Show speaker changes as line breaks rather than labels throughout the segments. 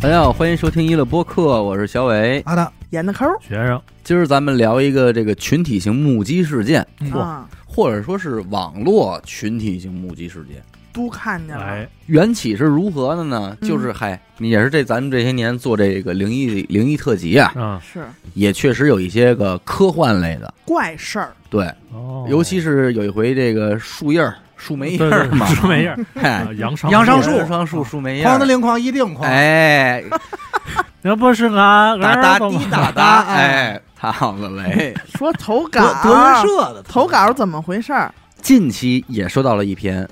大家好，欢迎收听一乐播客，我是小伟。
阿达，
演的抠儿
学生，
今儿咱们聊一个这个群体性目击事件，
啊，
或者说是网络群体性目击事件。
都看见了
哎，
缘起是如何的呢？
嗯
就是嗨，你也是这咱们这些年做这个灵异灵异特辑啊，
嗯，
是
也确实有一些个科幻类的，
怪事儿，
对，
哦，
尤其是有一回这个树叶儿、树莓叶
对
儿
对
嘛，
树莓叶儿，
嗨
啊，杨上
杨上树
杨上树、树莓叶
哐
儿，
的灵哐一定哐，
哎，
那不是俺，
哒哒滴哒
啊
哒，
哎
哎，操了嘞！
说投稿
德德云社的
投稿怎么回事儿？
近期也收到了一篇，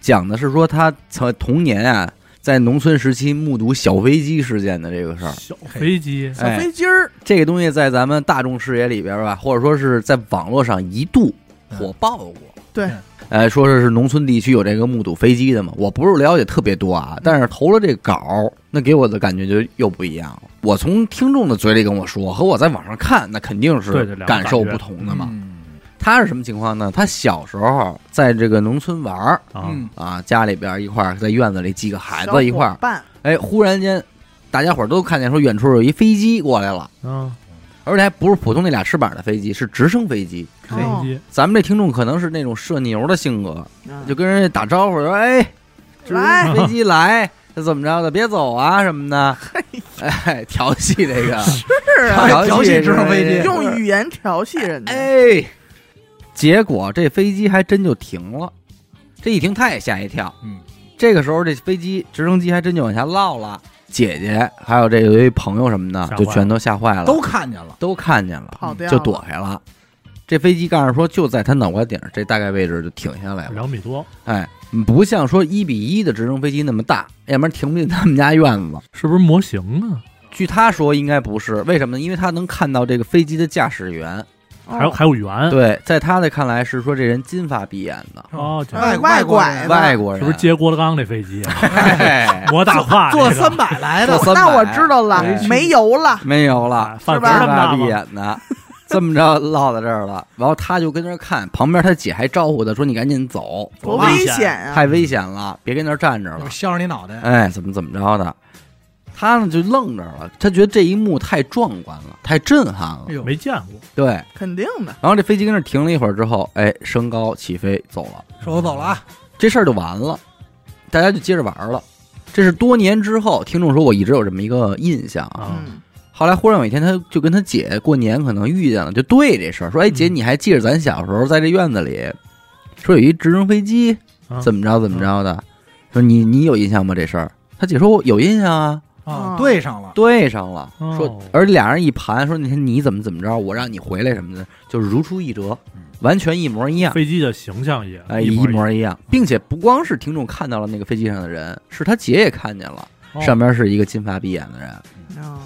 讲的是说他曾童年啊，在农村时期目睹小飞机事件的这个事儿。
小飞机，
小
哎，
飞机儿
这个东西在咱们大众视野里边吧，或者说是在网络上一度火爆过。
对
嗯
哎，说是是农村地区有这个目睹飞机的嘛，我不是了解特别多啊，但是投了这个稿儿，那给我的感觉就又不一样了。我从听众的嘴里跟我说，和我在网上看，那肯定
对
是
对两个
感受
感觉
不同的嘛。
嗯
他是什么情况呢？他小时候在这个农村玩儿，
啊，
嗯，
啊，家里边儿一块儿在院子里几个孩子一块
小
儿
伙，伴
哎，忽然间，大家伙儿都看见说远处有一飞机过来了，
哦
嗯，
而且还不是普通那俩翅膀的飞机，是直升飞机。
飞
哦
机，
咱们这听众可能是那种社牛的性格，
嗯
就跟人家打招呼说：“哎，直
来
升飞机来，这怎么着的？别走啊什么的。”哎，调戏这个，
是 啊，
调
调
戏直升飞机
用语言调戏人家，
哎，结果这飞机还真就停了，这一停他也吓一跳。
嗯，
这个时候这飞机直升机还真就往下落了，姐姐还有这有一朋友什么的
吓坏
就
了
全都吓坏了，
都看见了，
都看见了，
跑掉
就
了
躲开了。这飞机告诉说就在他脑瓜顶儿这大概位置就停下来了，
两米多，
哎，不像说一比一的直升飞机那么大，要不然停不进他们家院子。
是不是模型啊？
据他说应该不是，为什么呢？因为他能看到这个飞机的驾驶员，
哦，
还有还有圆，
对，在他的看来是说这人金发碧眼的
哦，这
哎
外
外
国人
拐子
外国人，
是不是接郭德纲那飞机啊？
哎？
摩大胯
坐
那个
三百来的
坐，三
那
百
我知道了
哎，
没油了，
没有了
啊，饭
是
盒
吧
那么
大
大
闭
吗？
眼的， 这么着落到这儿了。然后他就跟那儿看，旁边他姐还招呼他说：“你赶紧走，
多
危
危
险
险啊！
太危险了，别跟那儿站着了。
削着你脑”袋，
哎，怎么怎么着的，他呢就愣这儿了，他觉得这一幕太壮观了，太震撼了
哎。呦，
没见过，
对，然
肯定的，
后这飞机跟那儿停了一会儿之后，哎，升高起飞走了，
说我走了啊，
这事儿就完了，大家就接着玩儿了。这是多年之后，听众说我一直有这么一个印象啊，
啊，
嗯，
后来忽然有一天，他就跟他姐过年可能遇见了，就对这事儿说：“哎，姐，
嗯
你还记着咱小时候在这院子里，说有一直升飞机，
啊
怎么着怎么着的？
嗯
说你你有印象吗？这事儿？”他姐说：“我有印象啊，
哦
对上了，
对上了。”
嗯哦
说，而俩人一盘，说那天你怎么怎么着，我让你回来什么的，就如出一辙
嗯，
完全一模一样，
飞机的形象也
哎，
一
一
模
模一样，并且不光是听众看到了那个飞机上的人，是他姐也看见了，
哦
上面是一个金发碧眼的人。
哦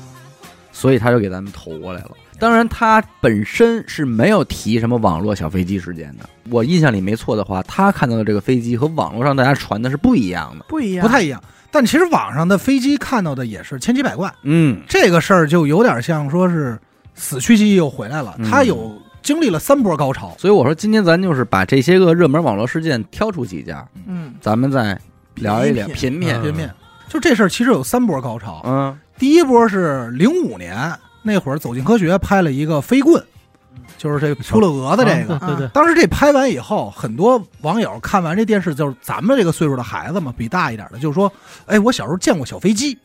所以他就给咱们投过来了。当然，他本身是没有提什么网络小飞机事件的。我印象里没错的话，他看到的这个飞机和网络上大家传的是不一样的。
不一样，
不太一样。但其实网上的飞机看到的也是千奇百怪，
嗯，
这个事儿就有点像说是死去记忆又回来了，
嗯
他有经历了三波高潮，
所以我说今天咱就是把这些个热门网络事件挑出几家，
嗯，
咱们再聊一聊品品
嗯。
见面。就这事儿其实有三波高潮，
嗯
第一波是零五年那会儿，《走进科学》拍了一个飞棍，就是这秃了蛾子这个。
啊对对对，
当时这拍完以后，很多网友看完这电视，就是咱们这个岁数的孩子嘛，比大一点的，就是说，哎，我小时候见过小飞机，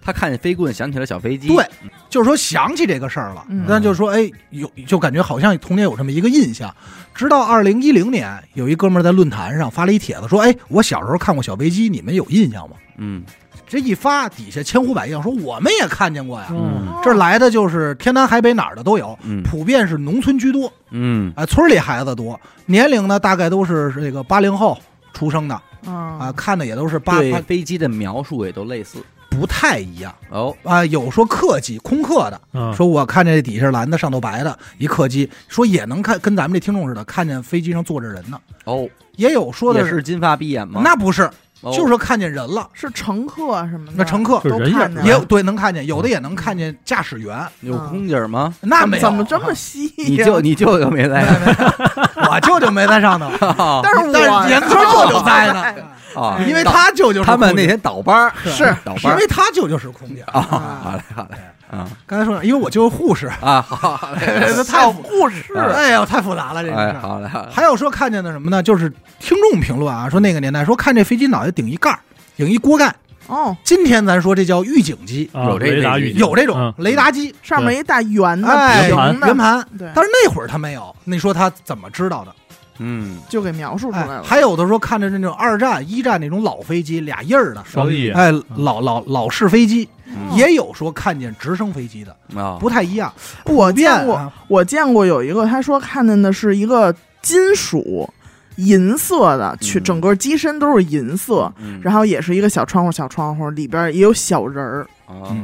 他看见飞棍，想起了小飞机。
对，就是说想起这个事儿了
嗯。
那就是说，哎，有就感觉好像童年有这么一个印象。直到二零一零年，有一哥们儿在论坛上发了一帖子，说，哎，我小时候看过小飞机，你们有印象吗？
嗯
这一发，底下千呼百应，说我们也看见过呀。
嗯，
哦
这来的就是天南海北哪儿的都有，
嗯
普遍是农村居多，啊、
嗯
村里孩子多，年龄呢大概都是这个八零后出生的啊、
啊，
看的也都是八
对
八
飞机的描述也都类似。
不太一样
哦，
啊、有说客机空客的，
嗯
说我看见这底下是蓝的，上头白的，一客机，说也能看跟咱们这听众似的，看见飞机上坐着人呢，
哦，
也有说的
也是金发碧眼吗？
那不是，
哦
就是看见人了，
是乘客什么的，
那乘客
就
都
人
看
影
见
儿
也有
了
对能看见，有的也能看见驾驶员，
有空姐吗？
那没有
怎么这么稀呀？
嗯你舅你舅 舅没在
没有没有我舅舅没在上头。
啊？
但是我
但是严苛
舅
舅舅在呢。
啊
哎，
因为他舅舅是
他们
空
那
姐
天倒班儿
是
倒
因
班儿
为他舅舅是空姐。
啊，好嘞好嘞
刚才说哪？因为我舅舅护 士，
啊，好好嘞，
这
小
太复
护士，
哎呀太复杂了这个事
哎
儿。
好嘞好嘞，
还有说看见的什么呢？就是听众评论啊，说那个年代说看这飞机脑袋顶一盖儿，顶一锅盖。
哦，
今天咱说这叫预警机，
啊
有这
雷达
飞机
预警
有这种
嗯
雷达机，
上面一大嗯圆的
哎
平的，
圆盘。
对，
但是那会儿他没有，你说他怎么知道的？
嗯，
就给描述出来
哎，
了。
还有的说看着那种二战、一战那种老飞机，俩印儿的，
双翼
哎，老老老式飞机，
嗯
也有说看见直升飞机的，
啊，
不太一样。
我
呃
普遍
见过，
啊，
我见过有一个，他说看见的是一个金属银色的，去
嗯
整个机身都是银色，
嗯，
然后也是一个小窗户，小窗户里边也有小人儿。
啊，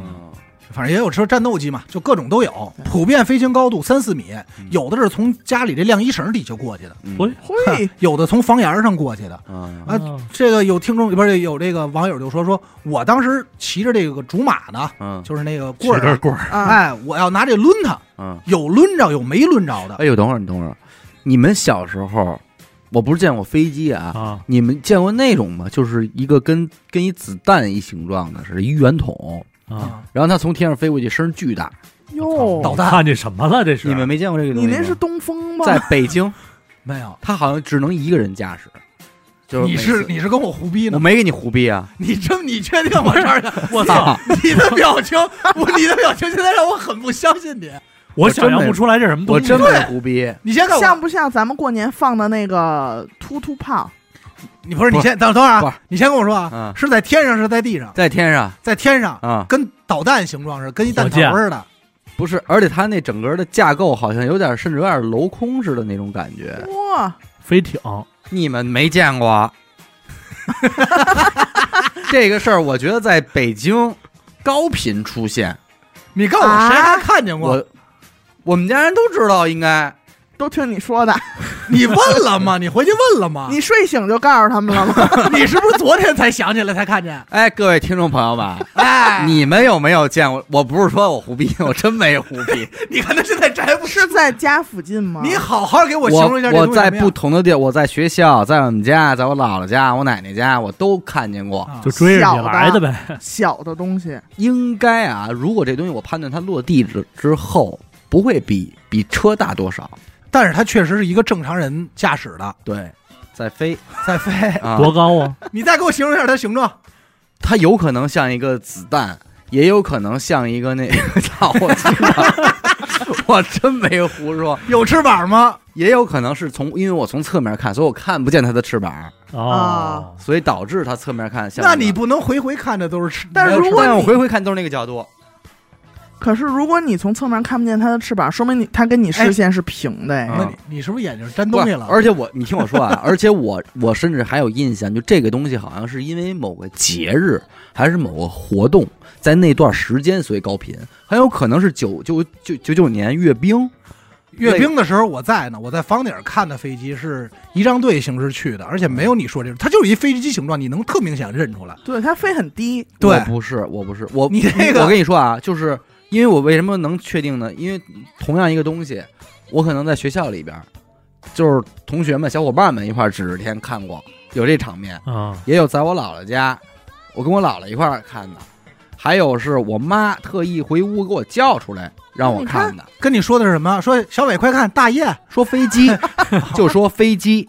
反正也有车战斗机嘛，就各种都有。
对
普遍飞行高度三四米，
嗯
有的是从家里这晾衣绳底就过去的，
嗯
喂，
嘿，
有的从房檐上过去的。
啊，
啊这个有听众不是有这个网友就说说，我当时骑着这个竹马呢，
嗯
就是那个
这
棍儿
根
啊，
棍儿，
啊，
哎，我要拿这抡它，
嗯，
有抡着有没抡着的。
哎呦，等会儿你等会儿，你们小时候，我不是见过飞机啊。
啊，
你们见过那种吗？就是一个跟跟一子弹一形状的，是一圆筒，
啊，
啊，
然后它从天上飞过去，声儿巨大。
哟，
导弹
看见什么了？这是啊
你们没见过这个东
你
西吗？
那是东风吗？
在北京，
没有。
它好像只能一个人驾驶。就是
你
每
是
次
你是跟我胡逼
我
呢？
没给你胡逼啊！
你这你确定我这 儿的？
我操！
你的表情，我你的表情现在让我很不相信你。
我想象不出来这是什么
我
东西。
真没胡逼，
你先看
像
我，
不像咱们过年放的那个突突炮？
你不是你先等等会儿
不
啊，你先跟我说啊
嗯，
是在天上是在地上？
在天上
在天上
啊、
跟导弹形状似的，跟一弹头
火箭
似的。
不是，而且它那整个的架构好像有点，甚至有点镂空似的那种感觉。
哇，
飞艇，
你们没见 过？这个事儿，我觉得在北京高频出现，
你告诉我
啊
谁还看见过？
我我们家人都知道，应该
都听你说的，
你问了吗？你回去问了吗？
你睡醒就告诉他们了吗？
你是不是昨天才想起来才看 见？
哎，各位听众朋友们，
哎，
你们有没有见过？我不是说我胡逼， 我真没胡逼。
你看他现在摘不
是在家附近吗？
你好好给我形
我
容一下这
我
东西
在
怎么样
不同的地儿，我在学校，在我们家，在我姥姥家，我奶奶家，我都看见过。
啊
就追着你来的呗。
小的东西，
应该啊，如果这东西我判断它落地之之后不会比比车大多少，
但是它确实是一个正常人驾驶的
对，在飞
在飞。
啊，
多高啊？
你再给我形容一下它形状。
它有可能像一个子弹，也有可能像一个那个， 操我操！我真没胡说，
有翅膀吗？
也有可能是从，因为我从侧面看，所以我看不见它的翅膀，
哦，
所以导致它侧面看像一个。
那你不能回回看着都是翅，
但是
没有
如
翅
果
但我
你
回回看都是那个角度，
可是如果你从侧面看不见它的翅膀，说明你它跟你视线是平的
嗯
哎。
膀那你你是不是眼睛沾
不
东西
是
了？
而且我，你听我说啊， 而且我我甚至还有印象，就这个东西好像是因为某个节日还是某个活动，在那段时间所以高频，很有可能是九九九九九年阅兵，
阅兵的时候我在呢，我在房顶儿看的飞机是仪仗队形式去的，而且没有你说这种，它就是一飞机形状，你能特明显认出来。
对，它飞很低，
对
我不是，我不是，我
你这个
我跟你说啊，就是因为我为什么能确定呢？因为同样一个东西，我可能在学校里边，就是同学们、小伙伴们一块儿指着天看过，有这场面，
啊，
也有在我姥姥家，我跟我姥姥一块儿看的，还有是我妈特意回屋给我叫出来让我看的，
跟你说的是什么？说小伟快看大雁，
说飞 机，就说飞机，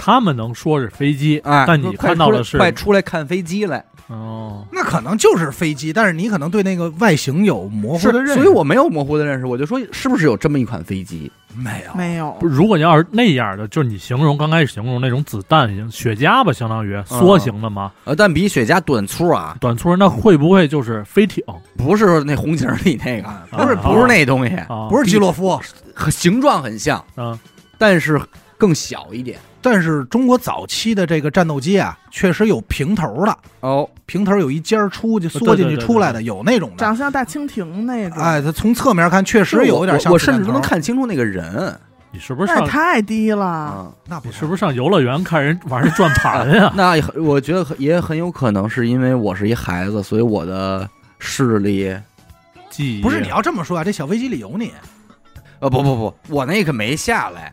他们能说是飞机，
哎，
但
说
你
快
看到
出来
的是
快出来看飞机来，
哦，
那可能就是飞机，但是你可能对那个外形有模糊
是
的认识。
所以我没有模糊的认识，我就说是不是有这么一款飞机？
没有
没有
不是，如果你要是那样的，就是你形容刚开始形容那种子弹型雪茄吧，相当于梭形的嘛，
呃，但比雪茄短粗啊，
短粗人，那会不会就是飞啊艇
不是那红警里那个，
啊，
啊
不是
不是那东西，
啊？
不是基洛夫，
和形状很像，
啊，
但是更小一点。
但是中国早期的这个战斗机啊，确实有平头的，
哦，
平头有一尖儿出去
对
缩进去
对对
出来的，有那种的。
长相大蜻蜓那种，
哎，他从侧面看确实有一点像
我，我
子弹
甚至都能
头，
看清楚那个人
你是不是
那也
上
太低了。
啊。
那不
你是不是上游乐园看人玩那转盘 啊呀？
那也很我觉得很也很有可能是因为我是一孩子，所以我的视力，
记忆
不是你要这么说啊，这小飞机里有你，
呃，不不不，我那个没下来，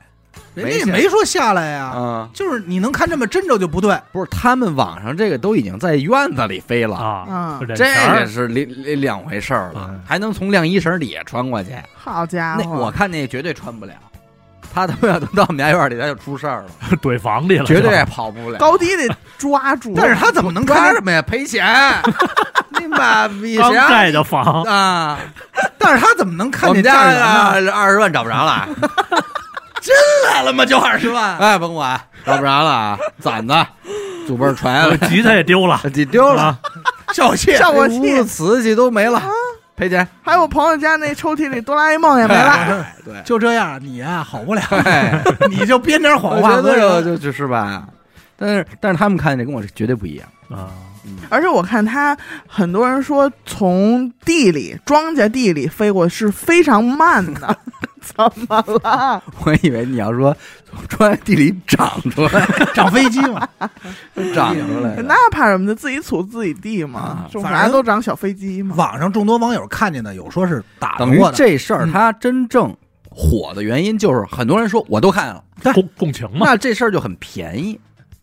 人家也
没
没说下来呀、
啊，
就是你能看这么真着就不对，
不是他们网上这个都已经在院子里飞了，
啊
啊，
就这
这
钱
个
儿
是两两两回事儿了
嗯，
还能从晾衣绳底下穿过去？
好家
那
伙，
我看那绝对穿不了，他他妈要能到我们家院里，他就出事 儿了，
怼房里了，
绝对跑不了。
高低得抓住。
但是他怎么能
抓
看
什
着？
么呀？赔钱！ 你妈逼
刚
谁让
盖
你
的房，
啊？
但是他怎么能看
我们
见
家
嫁 人啊？
啊二十万找不着了，真来了吗？就二十 万？哎，甭管，找不着了啊，攒的，祖辈儿 传啊
我
了，
吉他也 丢了，
你丢了，
啊
小气，
像我
这屋
气
子，瓷器都没了，赔钱。
还有我朋友家那抽屉里哆啦 A 梦也没了。
哎，对，
就这样，你啊好不了，
哎，
你就编点
我
谎话
觉
讹
得
人。
就就是吧，但是但是他们看见这跟我是绝对不一样。
啊，
而且我看他很多人说，从地里庄稼地里飞过是非常慢的，怎么了？
我以为你要说从专业地里长出来，
长飞机嘛，
长出来的，
那怕什么的？自己土自己地嘛
啊，
种
反
啥
正
都长小飞机嘛。
网上众多网友看见的，有说是打
等于
过的，
这事儿它真正火的原因就是很多人说我都看了，
共共情嘛，
那这事儿就很便宜。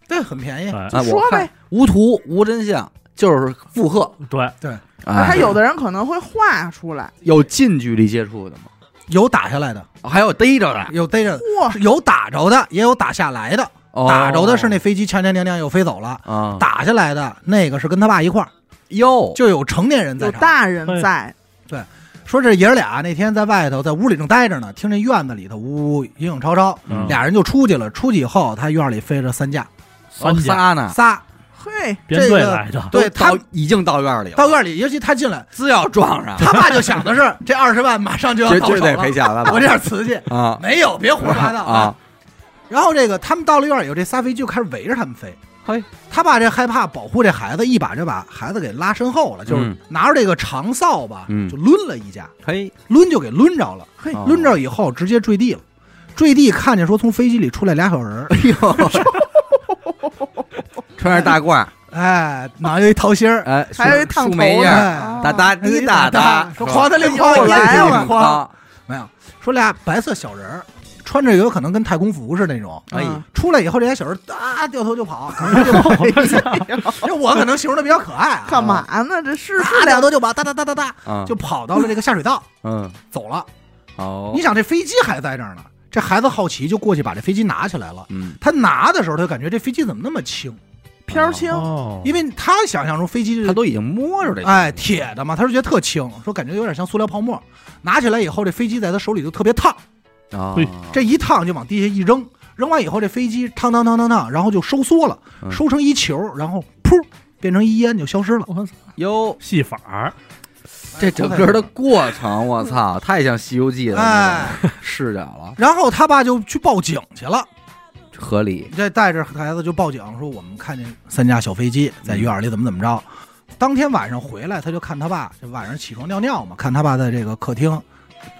对，很便宜。
嗯哎
啊，
说
我看
呗
无图无真相就是附和。
对，
哦
哎
他有的人可能会画出来，
有近距离接触的吗？
有打下来的，
还有逮着的，
有逮着的，
哇，
有打着的，也有打下来的。打着的是那飞机锵锵锵锵又飞走了，
哦啊
打下来的那个是跟他爸一块儿，
哟，
就有成年人在
有
场。
大人在，
说这爷儿俩那天在外头，在屋里正待着呢，听这院子里头呜呜影影吵吵，
嗯
俩人就出去了。出去以后，他院里飞着三架，
三家
仨哦呢，
仨
嘿，
编
这个
队来的，
对
他
他
已经到院里了，
到院里，尤其他进来，
只要撞上，
他爸就想的是这二十万马上就要
绝
到手
绝对
了，
赔钱了吧，
我这点瓷器
啊
没有，别胡说八道
啊！
然后这个他们到了院儿以后，这仨飞机就开始围着他们飞。
嘿，
他爸这害怕保护这孩子，一把就把孩子给拉身后了，就是
嗯
拿着这个长扫把
嗯
就抡了一架，
嘿，
抡就给抡着了，
嘿，
啊
抡着以后直接坠地了。坠地看见说从飞机里出来俩小 人儿，
哎呦， 穿着大褂，
哎，脑袋有一桃心儿，
哎，
还有一
梳
烫
梳
头
眉
的，
样，
哎
啊
哒哒滴哒哒，
说哐当铃
哐
哐
当铃
当铃
啊
哐
哐，啊没有，说俩白色小人儿，穿着有可能跟太空服似的那种。
哎
嗯
出来以后，这俩小人儿啊掉头就跑， 可能就跑。因为我可能形容的比较可爱啊，
干嘛呢？这是
啊掉头就跑，哒哒哒哒哒，
啊，
就跑到了这个下水道
嗯，
走了。
好哦
你，想这飞机还在这儿呢，这孩子好奇就过去把这飞机拿起来了。
嗯，
他拿的时候，他就感觉这飞机怎么那么轻，
飘轻，
哦，
因为他想象中飞机
他都已经摸着这，
哎，铁的嘛，他是觉得特轻，说感觉有点像塑料泡沫。拿起来以后，这飞机在他手里就特别烫，
啊
嘿，
这一烫就往地下一扔，扔完以后，这飞机烫烫烫烫烫，然后就收缩了，
嗯
收成一球，然后噗变成一烟就消失了。
哟，哎
戏法儿，
哦这整个的过程，我操，太像《西游记》的那
哎，
个视角了，
然后他爸就去报警去了，
合理，
这带着孩子就报警说我们看见三架小飞机
嗯
在院里怎么怎么着。当天晚上回来，他就看他爸，这晚上起床尿尿嘛，看他爸在这个客厅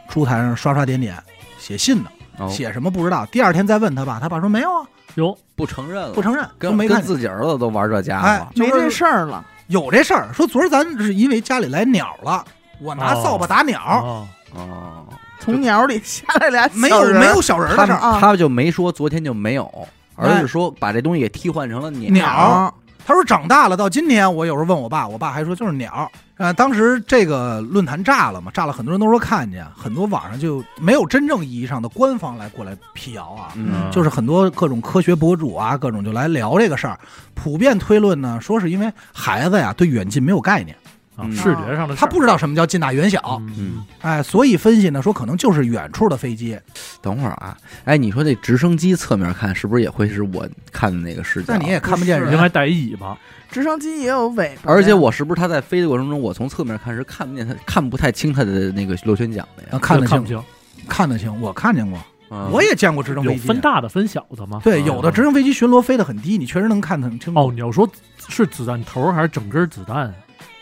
书台上刷刷点点写信呢。
哦
写什么不知道。第二天再问他爸，他爸说没有啊，
哟，
不承认了，
不承认，都
跟
没
跟
看见。
自己儿子都玩这家
哎
伙，，
就
没
是
这事儿了。
哦
有这事儿，说昨儿咱是因为家里来鸟了，我拿扫把打鸟，
哦，
哦，
从鸟里下来俩
没
小
有
人儿
没有小人儿
他
的事儿。
啊
他就没说昨天就没有，而是说把这东西给替换成了鸟。
哎
嗯
鸟儿他说长大了到今天，我有时候问我爸，我爸还说就是鸟。呃，当时这个论坛炸了嘛，炸了，很多人都说看见，很多网上就没有真正意义上的官方来过来辟谣啊，
嗯，
就是很多各种科学博主啊，各种就来聊这个事儿，普遍推论呢，说是因为孩子呀对远近没有概念，
啊
嗯
视觉上的事
他
儿
不知道什么叫近大远小，
嗯，
哎，所以分析呢说可能就是远处的飞机，
等会儿啊，哎，你说这直升机侧面看是不是也会是我看的那个视角？
但你也看不见
应
人。
该带一尾巴，
直升机也有尾巴呀，
而且我是不是他在飞的过程中，我从侧面看是看不见他，看不太清他的那个螺旋桨的呀
啊？看得
这看不
清，
清，
看得清，我看见过，
嗯
我也见过直升
有
飞机。啊
分大的分小的吗？
对，
嗯
有的直升飞机巡逻飞得很低，你确实能看得很清楚。
哦，你要说是子弹头儿还是整根儿子弹，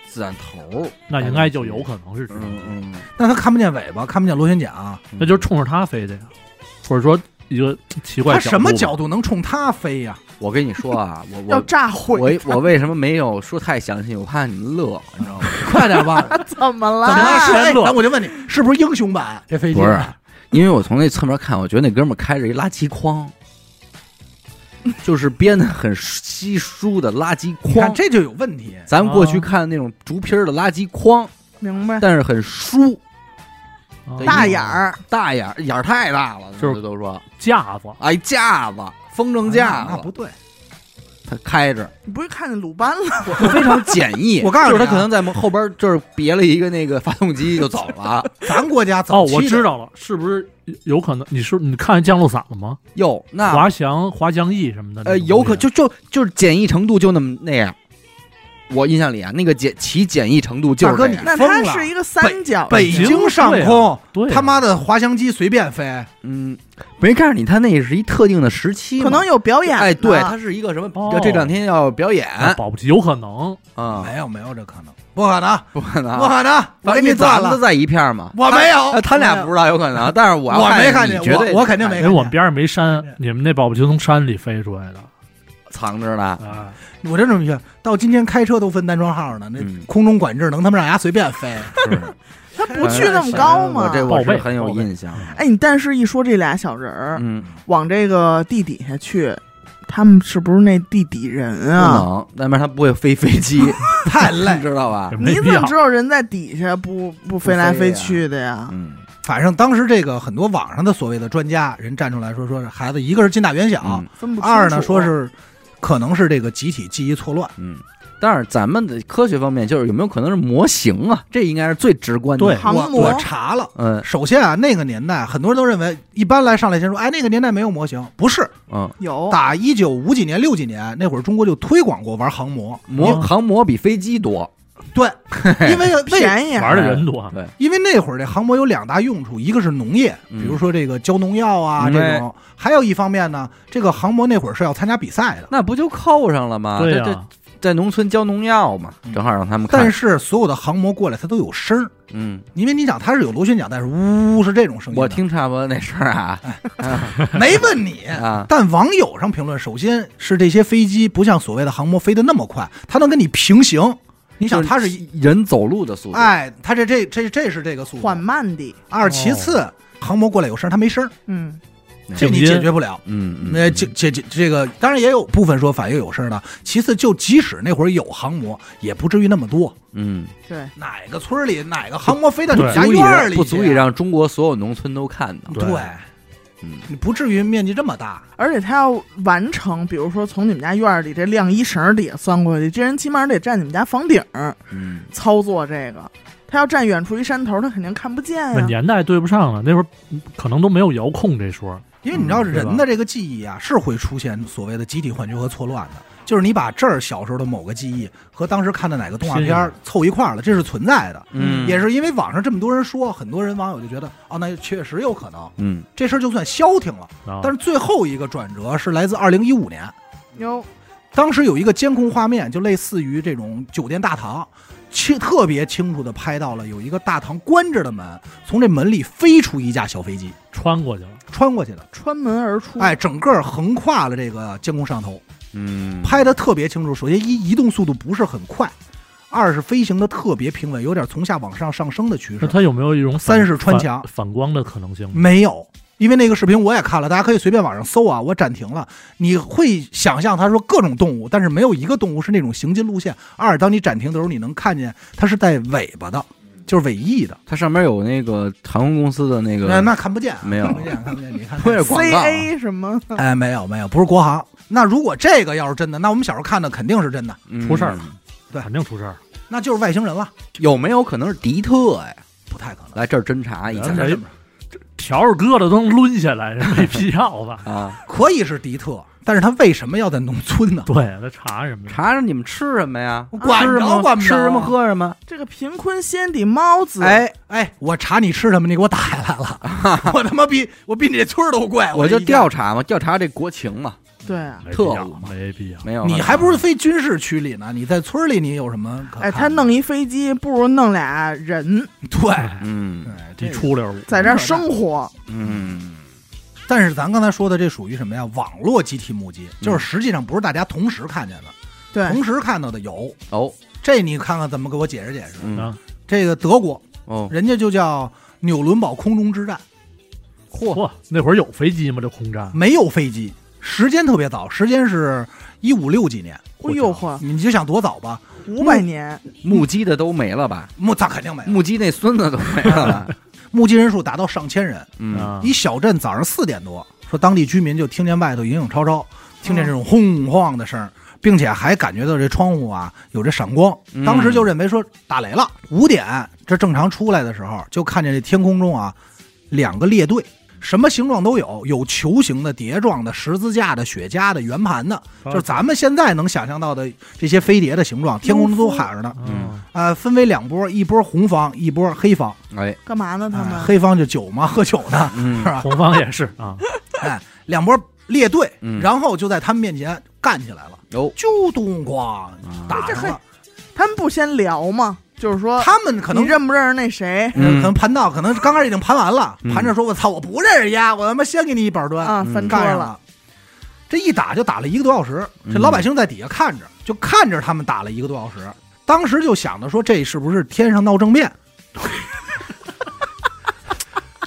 子弹头儿，
那应该就有可能是直升机
嗯嗯，
但它看不见尾巴，看不见螺旋桨，
那就是冲着他飞的呀，或者说一个奇怪
它
的
什么
度吧啊
角度能冲它飞呀？
我跟你说啊，我
要
我
炸
我
毁，
我为什么没有说太详细？我怕你们乐，你知道吗？
快点吧！
怎么
怎么了？
了？
是哎
全落
咱我就问你，是不是英雄版这飞机？
不是因为我从那侧面看，我觉得那哥们儿开着一垃圾筐， 就是编的很稀疏的垃圾
你看
筐。
这就有问题。
咱们过去看那种竹皮儿的垃圾筐，
哦
明白？
但是很疏，
啊
大眼儿，
大眼儿眼儿太大了，
就是
他们都说，
架子，
哎，架子，风筝
那
架啊
嗯哎那
子，
不对，
他开 着
你不是看见鲁班了？
非常简易。
我告诉
就
你
是
啊
他可能在门后边儿这儿别了一个那个发动机就走 了。
咱国家
哦
早，期
我知
道，
道了，是不是有可能？你是你看降落伞了吗？
哟，那
滑翔、滑翔翼什么的那种
啊
东
呃，
西，
有可就就就是简易程度就那么那样。我印象里啊，那个简其简易程度就
大
是
哥
这
你
样。
那它是一个三角形，
北京上
对啊
空，
对啊
他妈的滑翔机随便飞，
嗯，没告诉你，他那是一特定的时期嘛，
可能有表演呢。
啊
哎，对，它是一个什么？
哦
这两天要表演
啊保不齐有可能。
啊，
没有没有这可能，不可能，
不可能
不
啊。
可能，我
反
给
正
你
咱
断
们都
了，
在一片儿嘛，
我没有啊
呃，他俩不知道有可能，但是我要
我
看
没看
你
见，
绝对
我我肯定没看
因为
见
哎我们边上没
对
山，你们那保不齐从山里飞出来的。
藏着 呢。
哎，
我真这么觉得，到今天开车都分单装号呢，那
嗯
空中管制能他妈让人家随便飞？
它不去那么高
哎我
嘛。
这我是
报备
很有
报备
印象。
哎，你但是一说这俩小人儿
嗯，
往这个地底下去，他们是不是那地底人
嗯不
啊？
能，那边他不会飞飞机，
太 累。
知道 吧
也？
你
没
怎
必要
么知。道人在底下不不飞来飞去的呀？
嗯，
反正当时这个很多网上的所谓的专家人站出来说，说是孩子一个是近大远小，
嗯
分不清楚啊
二呢说是可能是这个集体记忆错乱。
嗯，但是咱们的科学方面，就是有没有可能是模型啊？这应该是最直观的。
对
航
我
模
我查了。
嗯
首先啊，那个年代很多人都认为，一般来上来先说，哎，那个年代没有模型，不是，
嗯，
有
打一九五几年、六几年那会儿，中国就推广过玩航模，
模
嗯
航模比飞机多。
对， 因为为
便宜啊，
玩的人多，
对，
因为那会儿这航模有两大用处，一个是农业，
嗯
比如说这个浇农药啊、
嗯
这种；还有一方面呢，这个航模那会儿是要参加比赛的，
那不就扣上了吗？
对啊
这
呀
这，在农村浇农药嘛，
嗯
正好让他们看。
但是所有的航模过来它都有声儿，
嗯，
因为你想它是有螺旋桨，但是呜是这种声音的，
我听差不多那事儿啊
没问你。
啊，
但网友上评论，首先是这些飞机不像所谓的航模飞得那么快，它能跟你平行。你想，它是一，
人走路的速度，
哎，它这这这这是这个速度
缓。慢的，
二其次，航模过来有声儿，它没声儿，
嗯，
这
静
你
音
解决不了。呃
嗯嗯，
那这这这这个，当然也有部分说法也有事儿的。其次，就即使那会儿有航模，也不至于那么多。
嗯，
对，
哪个村儿里哪个航模飞到你
对
家
足以
院儿
让
里
不
去啊
足以让中国所有农村都看到。
对
对，
嗯
你不至于面积这么大。
而且他要完成，比如说从你们家院儿里这晾衣绳儿底下钻过去，这人起码得站你们家房顶儿
嗯，
操作这个。他要站远处一山头，他肯定看不见
那
呀、
年代对不上了，那会儿可能都没有遥控这说。
因为你知道
嗯对吧
人的这个记忆啊，是会出现所谓的集体幻觉和错乱的。就是你把这儿小时候的某个记忆和当时看的哪个动画片儿凑一块儿了，这是存在的。
嗯
也是因为网上这么多人说，很多人网友就觉得，哦，那确实有可能，
嗯，
这事儿就算消停了。
啊
但是最后一个转折是来自二零一五年，
哟，
当时有一个监控画面，就类似于这种酒店大堂，清特别清楚的拍到了有一个大堂关着的门，从这门里飞出一架小飞机，
穿过去了，
穿过去的，
穿门而出。
哎，整个横跨了这个监控摄像头，
嗯，
拍的特别清楚。首先一移动速度不是很快，二是飞行的特别平稳，有点从下往上上升的趋
那
势。
它有没有一种反
三是穿墙
反反光的可能性呢？
没有，因为那个视频我也看了，大家可以随便网上搜啊，我暂停了。你会想象他说各种动物，但是没有一个动物是那种行进路线。二，当你暂停的时候，你能看见它是带尾巴的，就是尾翼的，
它上面有那个航空公司的那
那
个，
那看不见啊，
没有
看不见，看不见，你看
不
看
是。广告
C
啊。
A 什么？
哎，没有没有，不是国航。那如果这个要是真的，那我们小时候看的肯定是真的，
嗯
出事儿了
对
肯定出事儿。
那就是外星人了，
有没有可能是迪特呀？
不太可能。
来这儿侦查一下？
咱们
这
没
么
条儿疙瘩都能抡下来，没必要吧
啊，
可以是迪特，但是他为什么要在农村呢？
对，他查什么呀？
查查你们吃什么呀？
我管
吃什
着
么
管不
吃
着啊
什么喝什么？
这个贫困仙底猫子，，
哎，
哎，我查你吃什么，你给我打下来了，我他妈比我比你这村儿都贵，
哎我就
这一家
调查嘛，调查这国情嘛，
对啊，
没必要
特务嘛
没必要。
没有。
你还不是非军事区里呢？你在村里你有什么啊可看的？
哎，他弄一飞机，不如弄俩人
对，
嗯
哎
你
这
出溜儿舞，
在这儿生活。
嗯
但是咱刚才说的这属于什么呀？网络集体目击，就是实际上不是大家同时看见的，
对，
同时看到的有。
哦
这你看看怎么给我解释解释？
嗯
啊
这个德国
哦
人家就叫纽伦堡空中之战，嚯，
嚯，那会儿有飞机吗？这空战
没有飞机，时间特别早，时间是一五六几年，
哎呦嚯，
你就想多早吧？
五百年，
目击的都没了吧？
目咱肯定没有，
目击那孙子都没 了
啊
吧？
目击人数达到上千人。
嗯，
啊
一小镇早上四点多，说当地居民就听见外头影影绰绰，听见
嗯
这种轰晃的声儿，并且还感觉到这窗户啊有这闪光，
嗯
当时就认为说打雷了。五点这正常出来的时候，就看见这天空中啊两个列队。什么形状都有，有球形的、碟状的、十字架的、雪茄的、圆盘的，
啊
就是咱们现在能想象到的这些飞碟的形状，天空中都喊着呢。
嗯
呃，分为两波，一波红方，一波黑方。
哎，
干嘛呢？他
哎
们
黑方就酒嘛，喝酒呢。
嗯
是吧？
红方也是啊，
哎，两波列队，
嗯
然后就在他们面前干起来了，
哦，
就咚咣
啊
打
这
上了。
他们不先聊吗？就是说，
他们可能
你认不认识那谁
嗯
嗯可能盘道，可能刚开始已经盘完了，
嗯
盘着说：“我操，我不认识丫，我他妈先给你一板砖。
啊？
嗯
翻车
干上
了，
了。这一打就打了一个多小时，这
嗯
老百姓在底下看着，就看着他们打了一个多小时。当时就想着说，这是不是天上闹政变？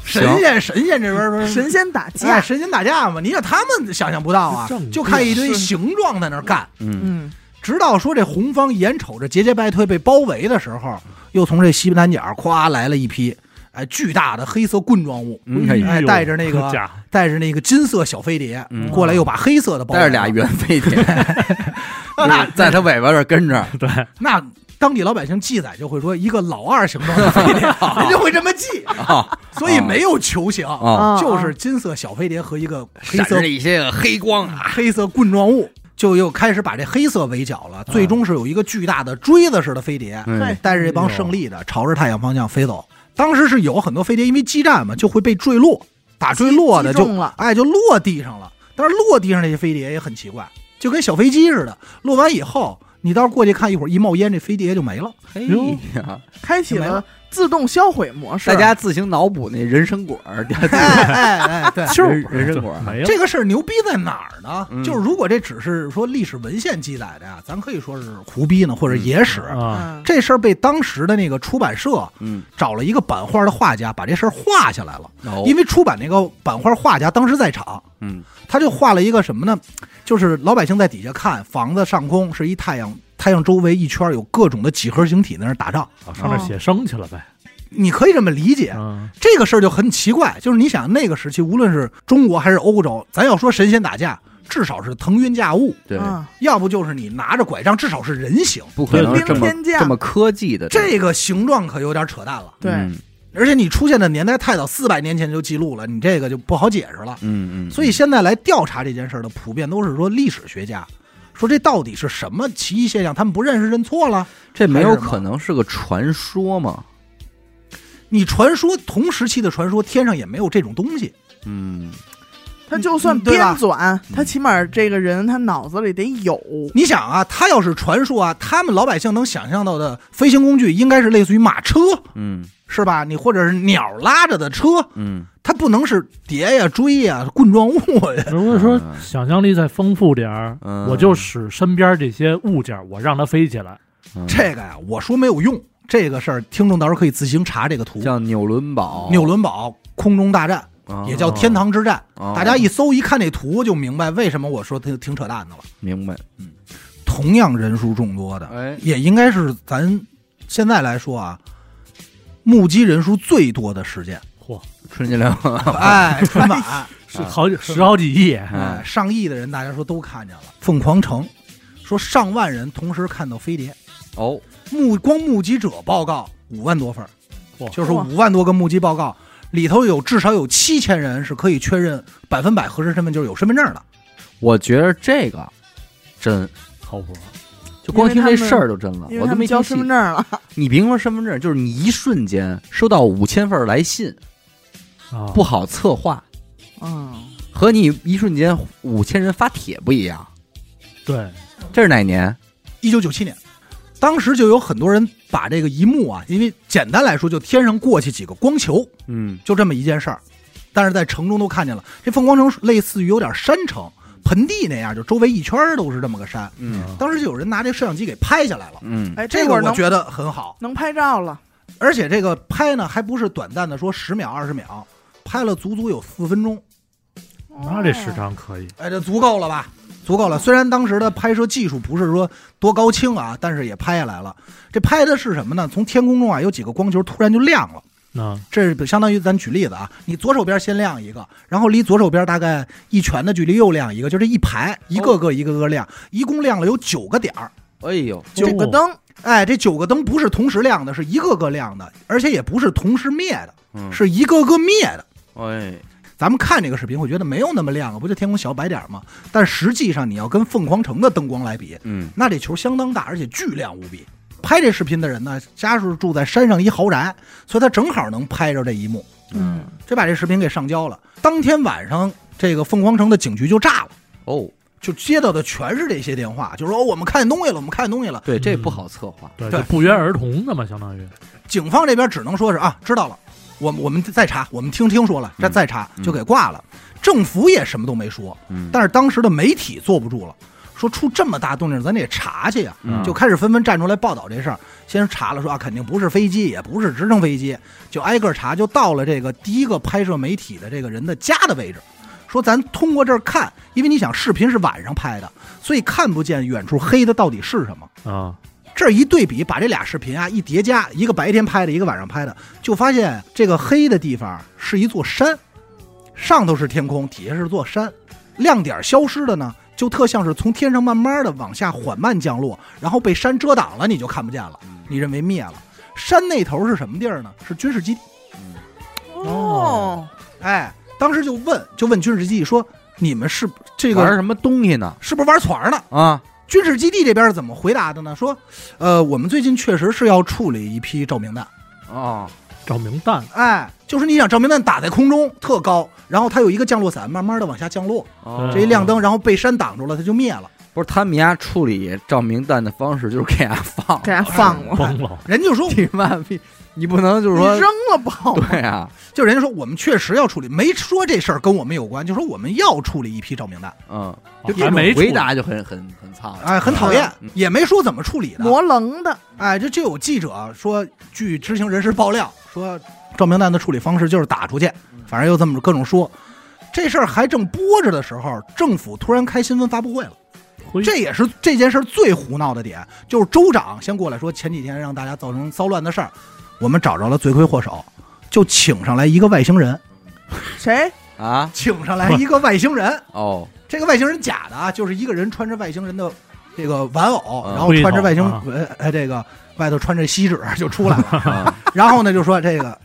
行
神仙神仙这边说
神仙打
哎，
架，
神仙打架嘛，你让他们想象不到啊
这正，
就看一堆
是
形状在那儿干。
嗯
嗯，
直到说这红方眼瞅着节节败退被包围的时候，又从这西南角咵来了一批，哎，巨大的黑色棍状物，
嗯，可以
呦
哎带着那个
家伙
带着那个金色小飞碟、
嗯
过来，又把黑色的包围
带
了
着俩，圆飞碟， 那在他尾巴这儿跟着，
啊
对，
那。当地老百姓记载就会说一个老二形状的飞 碟，人就会这么记，
啊
所以没有球形，
啊，
啊
哦就是金色小飞碟和一个黑
闪
色
着一些黑光啊，
黑色棍状物，就又开始把这黑色围剿
啊
了。最终是有一个巨大的锥子似的飞碟，
嗯
带着这
哎
帮胜利的朝着太阳方向飞走。当时是有很多飞碟，因为激战嘛，就会被坠落，打坠落的
击
就
中了
哎就落地上了。但是落地上那些飞碟也很奇怪，就跟小飞机似的，落完以后，你到时候过去看一会儿，一冒烟，这飞碟就没了。
嘿呀，
开启
没
了
了
自动销毁模式。
大家自行脑补那人参果 儿，
哎哎哎，对。
人人参果儿，
啊没了，
这个事儿牛逼在哪儿呢？
嗯
就是如果这只是说历史文献记载的呀，咱可以说是胡逼呢，或者野史。
啊，
嗯，
这事儿被当时的那个出版社
嗯，
找了一个版画的画家，把这事儿画下来了。因
哦
因为
为出版那个版画画家当时在场，
嗯
他就画了一个什么呢？就是老百姓在底下看房子上空是一太阳，太阳周围一圈有各种的几何形体在那儿打仗。
哦上那写生去了呗，
你可以这么理解，
嗯，
这个事儿就很奇怪。就是你想那个时期，无论是中国还是欧洲，咱要说神仙打架，至少是腾云驾雾，
对，
啊，
要不就是你拿着拐杖，至少是人形。
不可能这么
冰天架
这么科技的
这个形状可有点扯淡了。
对，
嗯
而且你出现的年代太早，四百年前就记录了，你这个就不好解释了。
嗯嗯，
所以现在来调查这件事儿的，普遍都是说历史学家说这到底是什么奇异现象，他们不认识认错了。
这没有
还是吗
可能是个传说嘛？
你传说同时期的传说，天上也没有这种东西，
嗯，
他就算
嗯对
编
吧
纂，他起码这个人他脑子里得有，
你想啊，他要是传说啊，他们老百姓能想象到的飞行工具应该是类似于马车，
嗯
是吧？你或者是鸟拉着的车，
嗯，
它不能是碟呀、锥呀、棍状物呀。
如果说想象力再丰富点儿，
嗯
我就使身边这些物件儿，我让它飞起来，
嗯
这个呀、我说没有用。这个事儿，听众到时候可以自行查这个图。
叫纽伦堡，
纽伦堡空中大战，
啊
也叫天堂之战。
哦
大家一搜一看这图，就明白为什么我说挺挺扯淡的了。
明白？
同样人数众多的，
哎，
也应该是咱现在来说啊，目击人数最多 的事件。
嚯，
春节良，
哎，春晚，
是好几啊十好几亿，啊
哎，
哎，
上亿的人大家说都看见了。凤凰城说上万人同时看到飞碟，
哦，
目光目击者报告五万多份儿
哇，
就是
哇
五万多个目击报告，里头有至少有七千人是可以确认百分百核实身份，就是有身份证的。
我觉得这个真，
靠谱，
就光听
因为
这
他们
事儿就真了，
因为
我
他
都
们
没
交
听
身
信
份。证了，
你别说身份证，就是你一瞬间收到五千份来信，
啊，
不好策划，
嗯，
和你一瞬间五千人发帖不一样。
对，
这是哪年？
一九九七年，当时就有很多人把这个一幕啊，因为简单来说，就天上过去几个光球，
嗯
就这么一件事儿，但是在城中都看见了。这凤凰城类似于有点山城盆地那样，就周围一圈儿都是这么个山。
嗯
啊
当时就有人拿这摄像机给拍下来了，
嗯，
哎，
这
会
个
儿
我
能
觉得很好。
能拍照了，
而且这个拍呢，还不是短暂的说十秒二十秒，拍了足足有四分钟，
哦
那这时长可以，
哎，这足够了吧？足够了。虽然当时的拍摄技术不是说多高清啊，但是也拍下来了。这拍的是什么呢？从天空中啊有几个光球突然就亮了。
那
这是相当于咱举例子啊，你左手边先亮一个，然后离左手边大概一拳的距离又亮一个，就这一排一个个一个个亮，一共亮了有九个点儿。
哎呦，
九
哦
个灯，
哎，这九个灯不是同时亮的，是一个个亮的，而且也不是同时灭的，
嗯，
是一个个灭的。
哎，
咱们看这个视频会觉得没有那么亮啊，不就天空小白点儿吗？但实际上你要跟凤凰城的灯光来比，
嗯，
那这球相当大，而且巨亮无比。拍这视频的人呢，家是住在山上一豪宅，所以他正好能拍着这一幕，
嗯，
这把这视频给上交了。当天晚上，这个凤凰城的警局就炸了，
哦，
就接到的全是这些电话，就说、哦我们看见东西了，我们看见东西了。
对，这
嗯
不好策划，
对，
对
就不约而同的嘛，相当于
警方这边只能说是啊，知道了，我们我们再查，我们听听说了，再
嗯
再查
嗯
就给挂了。政府也什么都没说，
嗯，
但是当时的媒体坐不住了，说出这么大动静，咱得查去呀、
嗯
就开始纷纷站出来报道这事儿。先查了说啊，肯定不是飞机，也不是直升飞机，就挨个查，就到了这个第一个拍摄媒体的这个人的家的位置。说咱通过这儿看，因为你想视频是晚上拍的，所以看不见远处黑的到底是什么。
啊，
这一对比，把这俩视频啊一叠加，一个白天拍的，一个晚上拍的，就发现这个黑的地方是一座山，上头是天空，底下是座山，亮点消失的呢，就特像是从天上慢慢的往下缓慢降落，然后被山遮挡了，你就看不见了，你认为灭了。山那头是什么地儿呢？是军事基地。
哦，
哎，当时就问，就问军事基地说，你们是这
玩
个
什么东西呢？
是不是玩团儿呢？
啊，
军事基地这边是怎么回答的呢？说，呃，我们最近确实是要处理一批照明弹。
哦，
照明弹
哎，就是你想照明弹打在空中特高，然后它有一个降落伞，慢慢的往下降落，
哦
这一亮灯，然后被山挡住了，它就灭了。
不是他们家处理照明弹的方式，就是给它放，
给它放了，
崩了，
人就说，
你妈逼，你不能 就是
你
说
扔，了不好吗？
对啊，
就人家说我们确实要处理，没说这事儿跟我们有关，就说我们要处理一批照明弹，
嗯，
就
还没出
回答就很很很操，
哎，很讨厌
嗯，
也没说怎么处理的。
磨棱的，
哎，这就有记者说，据知情人士爆料说，照明弹的处理方式就是打出去，反正又这么各种说。这事儿还正播着的时候，政府突然开新闻发布会了。
嘿
这也是这件事儿最胡闹的点，就是州长先过来说前几天让大家造成骚乱的事儿，我们找着了罪魁祸首，就请上来一个外星人，
谁？
啊，
请上来一个外星人，
哦，
这个外星人假的啊，就是一个人穿着外星人的这个玩偶，
嗯
然后穿着外星
盔头啊
呃呃这个外头穿着锡纸就出来了，
啊
然后呢就说这个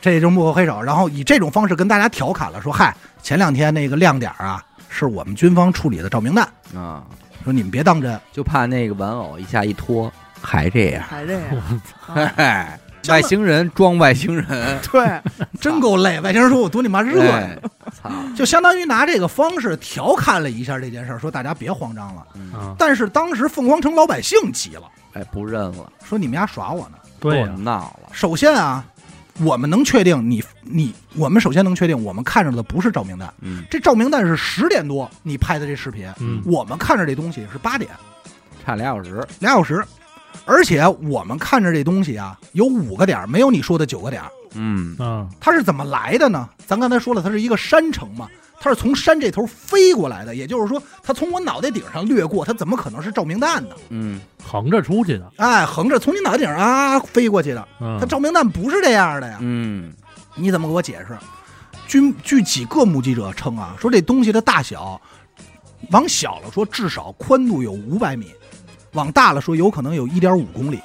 这就是幕后黑手，然后以这种方式跟大家调侃了，说嗨，前两天那个亮点儿啊是我们军方处理的照明弹，
啊，
说你们别当真。
就怕那个玩偶一下一脱，还这样，
还 这样？
嘿
啊
嘿，外星人装外星人，
对，
真够累。外星人说：“我赌你妈热呀
哎，操，！”
就相当于拿这个方式调侃了一下这件事儿，说大家别慌张了。
嗯
啊，
但是当时凤凰城老百姓急了，
哎，不认了，
说：“你们家耍我呢
对
我
呀，
闹了！”，
首先啊，我们能确定你你我们首先能确定我们看着的不是照明弹，
嗯，
这照明弹是十点多你拍的这视频，
嗯，
我们看着这东西是八点
差俩小时，
俩小时，而且我们看着这东西啊有五个点儿，没有你说的九个点儿。
嗯，
啊，
它是怎么来的呢？咱刚才说了，它是一个山城嘛，它是从山这头飞过来的，也就是说，它从我脑袋顶上掠过，它怎么可能是照明弹呢？
嗯，
横着出去的，
哎，横着从你脑袋顶上啊飞过去的，
嗯
它，照明弹不是这样的呀，
嗯，
你怎么给我解释？据据几个目击者称啊，说这东西的大小，往小了说至少宽度有五百米，往大了说有可能有一点五公里。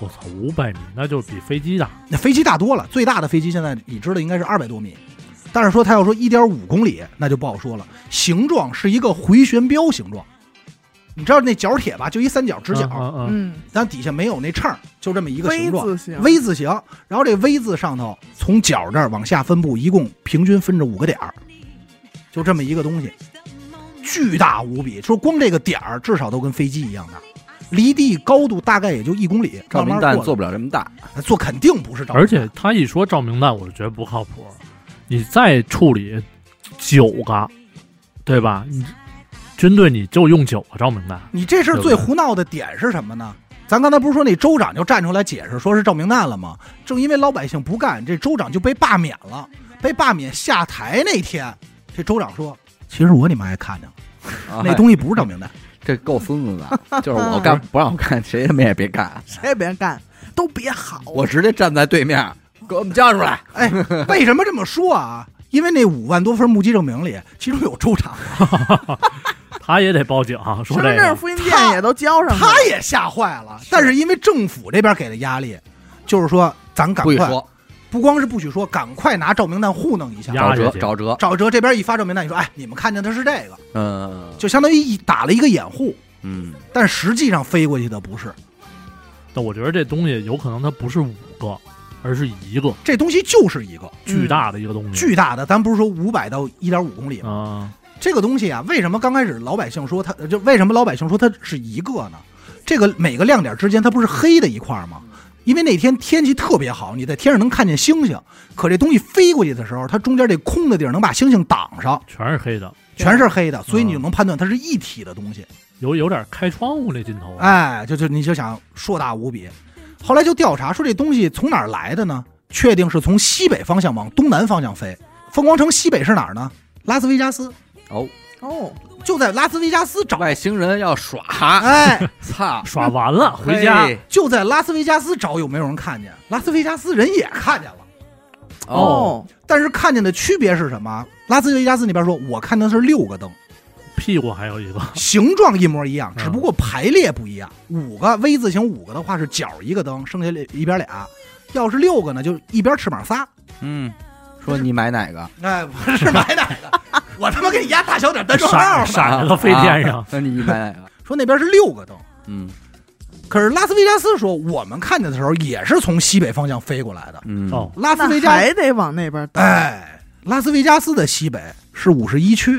我操，五百米，那就比飞机大，
那飞机大多了，最大的飞机现在已知的应该是二百多米，但是说它要说一点五公里，那就不好说了。形状是一个回旋镖形状，你知道那角铁吧，就一三角直角，
嗯嗯
嗯，
但底下没有那秤，就这么一个形
V
状
字形
，V 字形。然后这 V 字上头从角这儿往下分布，一共平均分着五个点儿，就这么一个东西，巨大无比。说光这个点儿至少都跟飞机一样大，离地高度大概也就一公里。
照明
慢慢
弹
过来
做不了这么大，
做肯定不是照明
而
弹，
且他一说照明弹，我就觉得不靠谱。你再处理九个，对吧？你军队你就用九个照明弹，
你这事儿最胡闹的点是什么呢？咱刚才不是说那州长就站出来解释，说是照明弹了吗？正因为老百姓不干，这州长就被罢免了。被罢免下台那天，这州长说：“其实我你妈也看见了，
啊
那东西不是赵明的。
这够孙子的，就是我干不让我干，谁他妈也别干，
谁也别干，都别好。
我直接站在对面，给我们叫出来。
哎，为什么这么说啊？因为那五万多份目击证明里，其中有州长，
他也得报警啊、说这
身份证、
个
复印
他
件也都交上了，
他也吓坏了。但是因为政府这边给的压力，就是说咱赶
不许
快，
说，
不光是不许说，赶快拿照明弹糊弄一下。
呀
找
压下
辙
去
找辙，
沼泽这边一发照明弹，你说哎，你们看见的是这个，
嗯
就相当于一打了一个掩护，
嗯，
但实际上飞过去的不是，
但我觉得这东西有可能它不是五个，而是一个
这东西就是一个嗯
巨大的一个东西。
巨大的，咱不是说五百到一点五公里吗？
啊，
这个东西啊，为什么刚开始老百姓说它就为什么老百姓说它是一个呢？这个每个亮点之间它不是黑的一块儿吗？因为那天天气特别好，你在天上能看见星星，可这东西飞过去的时候，它中间这空的地儿能把星星挡上，
全是黑的，
全是黑的，所以你就能判断它是一体的东西。
有有点开窗户那劲头。，
哎，就就你就想硕大无比。后来就调查说这东西从哪儿来的呢？确定是从西北方向往东南方向飞。凤凰城西北是哪儿呢？拉斯维加斯，
哦，
哦，
就在拉斯维加斯找。
外星人要耍，
哎，
操，
耍完了回家
嘿哦
就在拉斯维加斯找有没有人看见，拉斯维加斯人也看见了，
哦，
但是看见的区别是什么？拉斯维加斯那边说，我看的是六个灯，
屁股还有一个，
形状一模一样，
嗯
只不过排列不一样。五个 V 字形，五个的话是角一个灯，剩下一边俩；要是六个呢，就是一边翅膀仨。
嗯，说你买哪个？
哎，不是买哪个，我他妈给你压大小点单双
闪
号呢。
闪了飞天上
啊，那你买哪个？
说那边是六个灯，
嗯
可是拉斯维加斯说，我们看见的时候也是从西北方向飞过来的。
嗯
哦，
拉斯维
那
加斯
还得往那边带
哎，拉斯维加斯的西北是五十一区。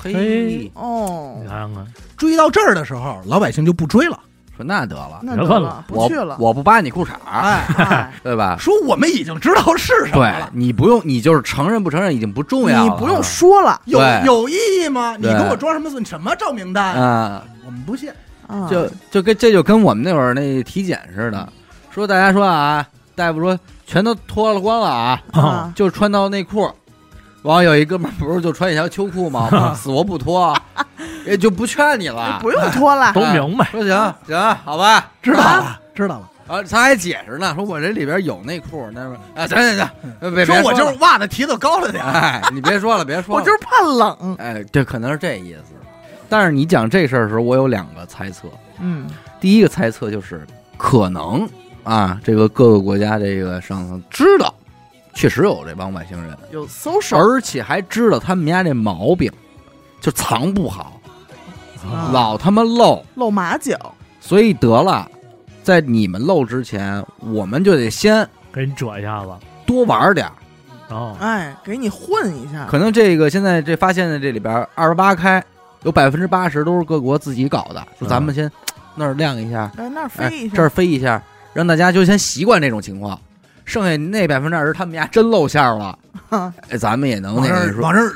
嘿
嘿，
哦
你，看看，
追到这儿的时候，老百姓就不追了。
说那得了，
那
别
得
问
了
了，
不
我
去了。
我不扒你裤衩儿，
哎，
哎
对 吧？
说我们已经知道是什么
对
了，
你不用，你就是承认不承认已经不 重要
你
了，啊
不用说了，
有
对
有意义吗？你
对
跟我装什么什么照明单？
啊，
我们不信。
啊
嗯
嗯
就就跟这就跟我们那会儿那体检似的，说大家说啊，大夫说全都脱了光了啊，
哦
啊，
就穿到内裤。完有一哥们儿不是就穿一条秋裤吗？ 我死活不脱，也就不劝你了。
哎不用脱了
都明白，
说行行，好吧。
知道了，知道了。
啊，他还解释呢，说我这里边有内裤。那边啊，行行行，别别
说我
了
就是袜子提的高了点儿。
哎，你别说了，别说
我
了。
就是怕冷。
哎，这可能是这意思。但是你讲这事儿的时候，我有两个猜测。
嗯，
第一个猜测就是可能啊，这个各个国家这个上层知道，确实有这帮外星人，
有搜手
而且还知道他们家这毛病，就藏不好，
啊
老他妈露，
露马脚，
所以得了，在你们露之前，我们就得先
给你折一下子，哦
多玩点儿。
然后
哎，给你混一下。
可能这个现在这发现的这里边二十八开，有百分之八十都是各国自己搞的，说咱
嗯
们先那儿亮一下，
哎，那儿
哎
飞一下，
这儿飞一下，让大家就先习惯这种情况。剩下那百分之二十，他们家真露馅儿 了，哎，咱们也能
往
那
这
个
儿
说，
往这儿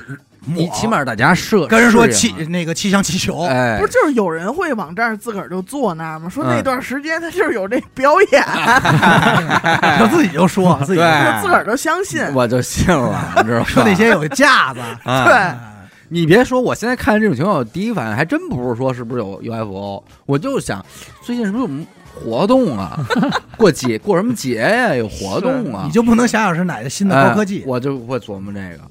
抹，
你起码大家设
跟人说
适
气哦
应啊
那个气象气球。
哎，
不是就是有人会往这儿自个儿就坐那儿吗？说
嗯
那段时间他就是有这表演，
哎
他自己 就说自己就
对
就自个儿就相信。
我就信了，你知道吧？
说那些有架子。
啊，
对，
哎
你别说，我现在看这种情况，我第一反应还真不是说是不是有 UFO，我就想最近是不是有什么活动 啊？过节过什么节呀、有活动啊？
你就不能想想是哪个新的高科技
哎？我就会琢磨这个。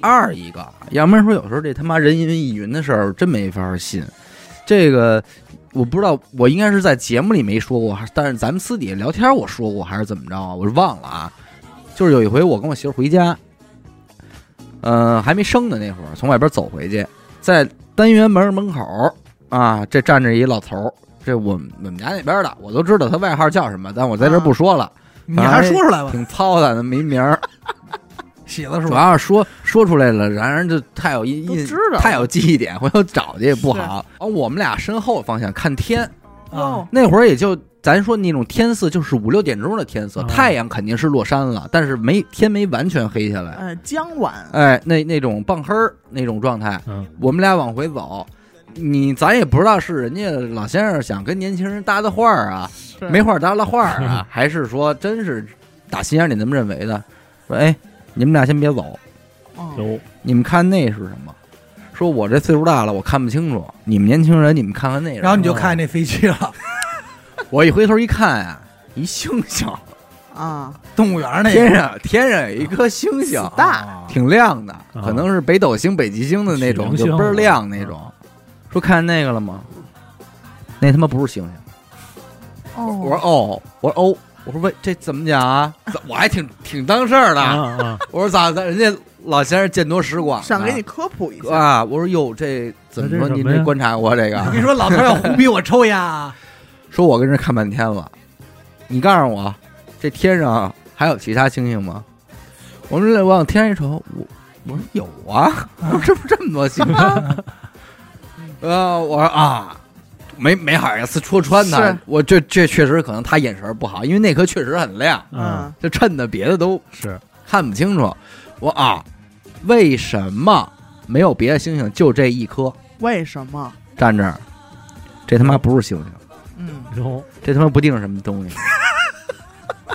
二一个，要不然说有时候这他妈人云亦云的事儿真没法信。这个我不知道，我应该是在节目里没说过，还但是咱们私底下聊天我说过，还是怎么着啊？我忘了啊。就是有一回我跟我媳妇回家，呃，还没生的那会儿，从外边走回去，在单元门门口啊，这站着一老头儿，这我们我们家那边的，我都知道他外号叫什么，但我在这儿不说了，
你还说出来吧？
挺糙的，没名儿。
喜子是
主
吧？
要是说说出来了，然而就太有印
都
印
知道，了
太有记忆点，回头找去也不好。啊，我们俩身后方向看天，
啊
哦，
那会儿也就咱说那种天色，就是五六点钟的天
啊
色，
嗯
太阳肯定是落山了，但是没天没完全黑下来，
哎，江晚，
哎，那那种傍黑儿那种状态，
嗯，
我们俩往回走。你咱也不知道是人家老先生想跟年轻人搭搭话儿啊， 没话搭了话儿啊，还是说真是打心眼里那么认为的？说哎，你们俩先别走，
嗯
有
你们看那是什么？说我这岁数大了，我看不清楚。你们年轻人，你们看看那是什么。
然后你就看见那飞机 了，
我一回头一看啊，一星星，
啊，
动物园那
天
个
上天上有一颗星星，
大
啊
挺亮的，可能是北斗星、北极星的那种，
取
就
星
倍儿亮那种。说看那个了吗？那他妈不是星星。我说
哦，
哦，我说哦，我说喂，这怎么讲啊？怎我还挺挺当事儿的。
啊啊，
我说咋的？人家老先生见多识广呢，啊
想给你科普一下，
啊！我说哟，这怎么说？
这是什
您
么呀
这观察过这个啊
我？跟你说，老头儿要胡逼我抽啊呀，
说我跟这看半天了，你告诉我，这天上还有其他星星吗？我们俩往天上一瞅，我我说有啊， 我说这不这么多星吗？呃，我说啊，没没好意思戳穿他
是，
我这这确实可能他眼神不好，因为那颗确实很亮，
嗯，
就衬的别的都
是
看不清楚。我啊，为什么没有别的星星，就这一颗
为什么？
站这儿？这他妈不是星星。
嗯，
有
这他妈不定是什么东西。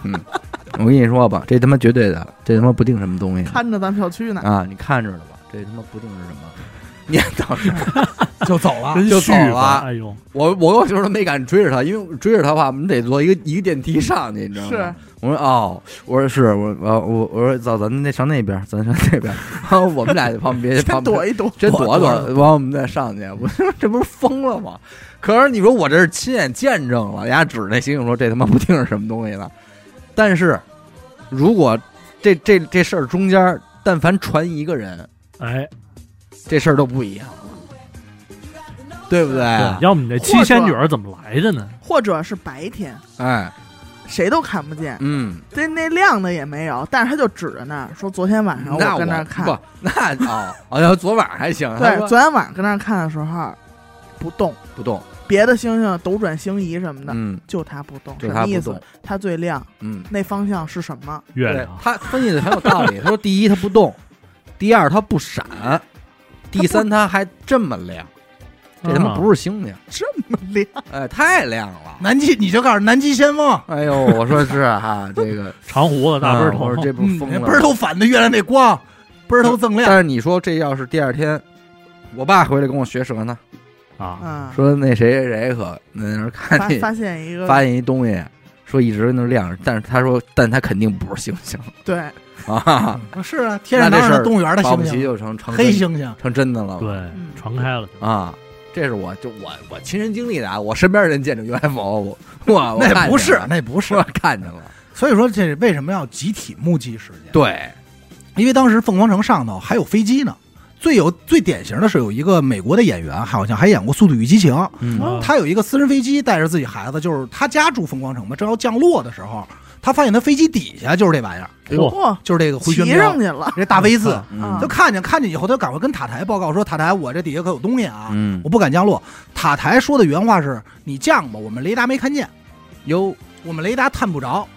嗯，我跟你说吧，这他妈绝对的，这他妈不定什么东西
看着咱们小区呢，
啊！你看着了吧，这他妈不定是什么。念叨着，
就走了。
真
啊就
续
走了
吧哎呦，
我我有时候都没敢追着他，因为追着他的话，我们得坐一个一个电梯上去，你知道
是
吗？我说哦，我说是，我我我我说走，咱们那上那边，咱上那边。然后我们俩就旁边
先
旁边
躲一躲，
真
躲
躲
躲
躲，完我们再上去。我 说这不是疯了吗？可是你说我这是亲眼见证了，人家指着那星星说这他妈不定是什么东西呢。但是如果这这这事儿中间，但凡传一个人，
哎，
这事儿都不一样了，对不啊对？
对，要么你这七仙女儿怎么来的呢？
或者是白天，
哎，
谁都看不见，
嗯，
这那亮的也没有，但是他就指着那儿说，昨天晚上
那
跟那儿看，
不，那哦，好像昨晚还行，
对
他，说
昨天晚上跟那儿看的时候不动，
不动，
别的星星斗转星移什么的，
嗯，
就它不动，
就
什
他
么
不
意思
动？，
它最亮，
嗯，
那方向是什么？
月
对
亮，
他分析的很有道 理。他说，第一，它不动；第二，它不闪；第三，它还这么亮。这他妈
啊
不是星星，
这么亮，
哎，太亮了！
南极，你就告诉南极先锋，
哎呦，我说是 哈，这个
长胡子大背
啊
头
我说，这不是
嗯
疯
那
了
倍儿
吗？
头反的月亮那光，倍儿头锃亮。
但是你说这要是第二天，我爸回来跟我学舌呢，
啊，
嗯，
说那谁谁谁可那那看
发
见
发现一个，
发现一东西，说一直在那亮着，但是他说，但他肯定不是星星
对，
啊，
是啊，天上当然
那这事
是
儿
动物园的
保不
星
齐
星，
就成成
黑
真
星星。
成真的了。
对
嗯，
传开了，
啊，这是我就我我亲身经历的啊，我身边人见着 UFO，我我我
那不是，
看见了
那不
我
是，
看见了，
所以说这是为什么要集体目击事件？
对，
因为当时凤凰城上头还有飞机呢。最有最典型的是有一个美国的演员，好像还演过《速度与激情》，
啊
嗯
嗯
他有一个私人飞机，带着自己孩子，就是他家住凤凰城嘛，正要降落的时候，他发现他飞机底下就是这玩意儿，
嚯，
嚯，
就是这个回
哦
旋
骑
镖
上，去了，
这大 V 字，
嗯
啊
就看见看见以后，他就赶快跟塔台报告说：“塔台，我这底下可有东西啊，
嗯
我不敢降落。”塔台说的原话是：“你降吧，我们雷达没看见，
有
我们雷达探不着。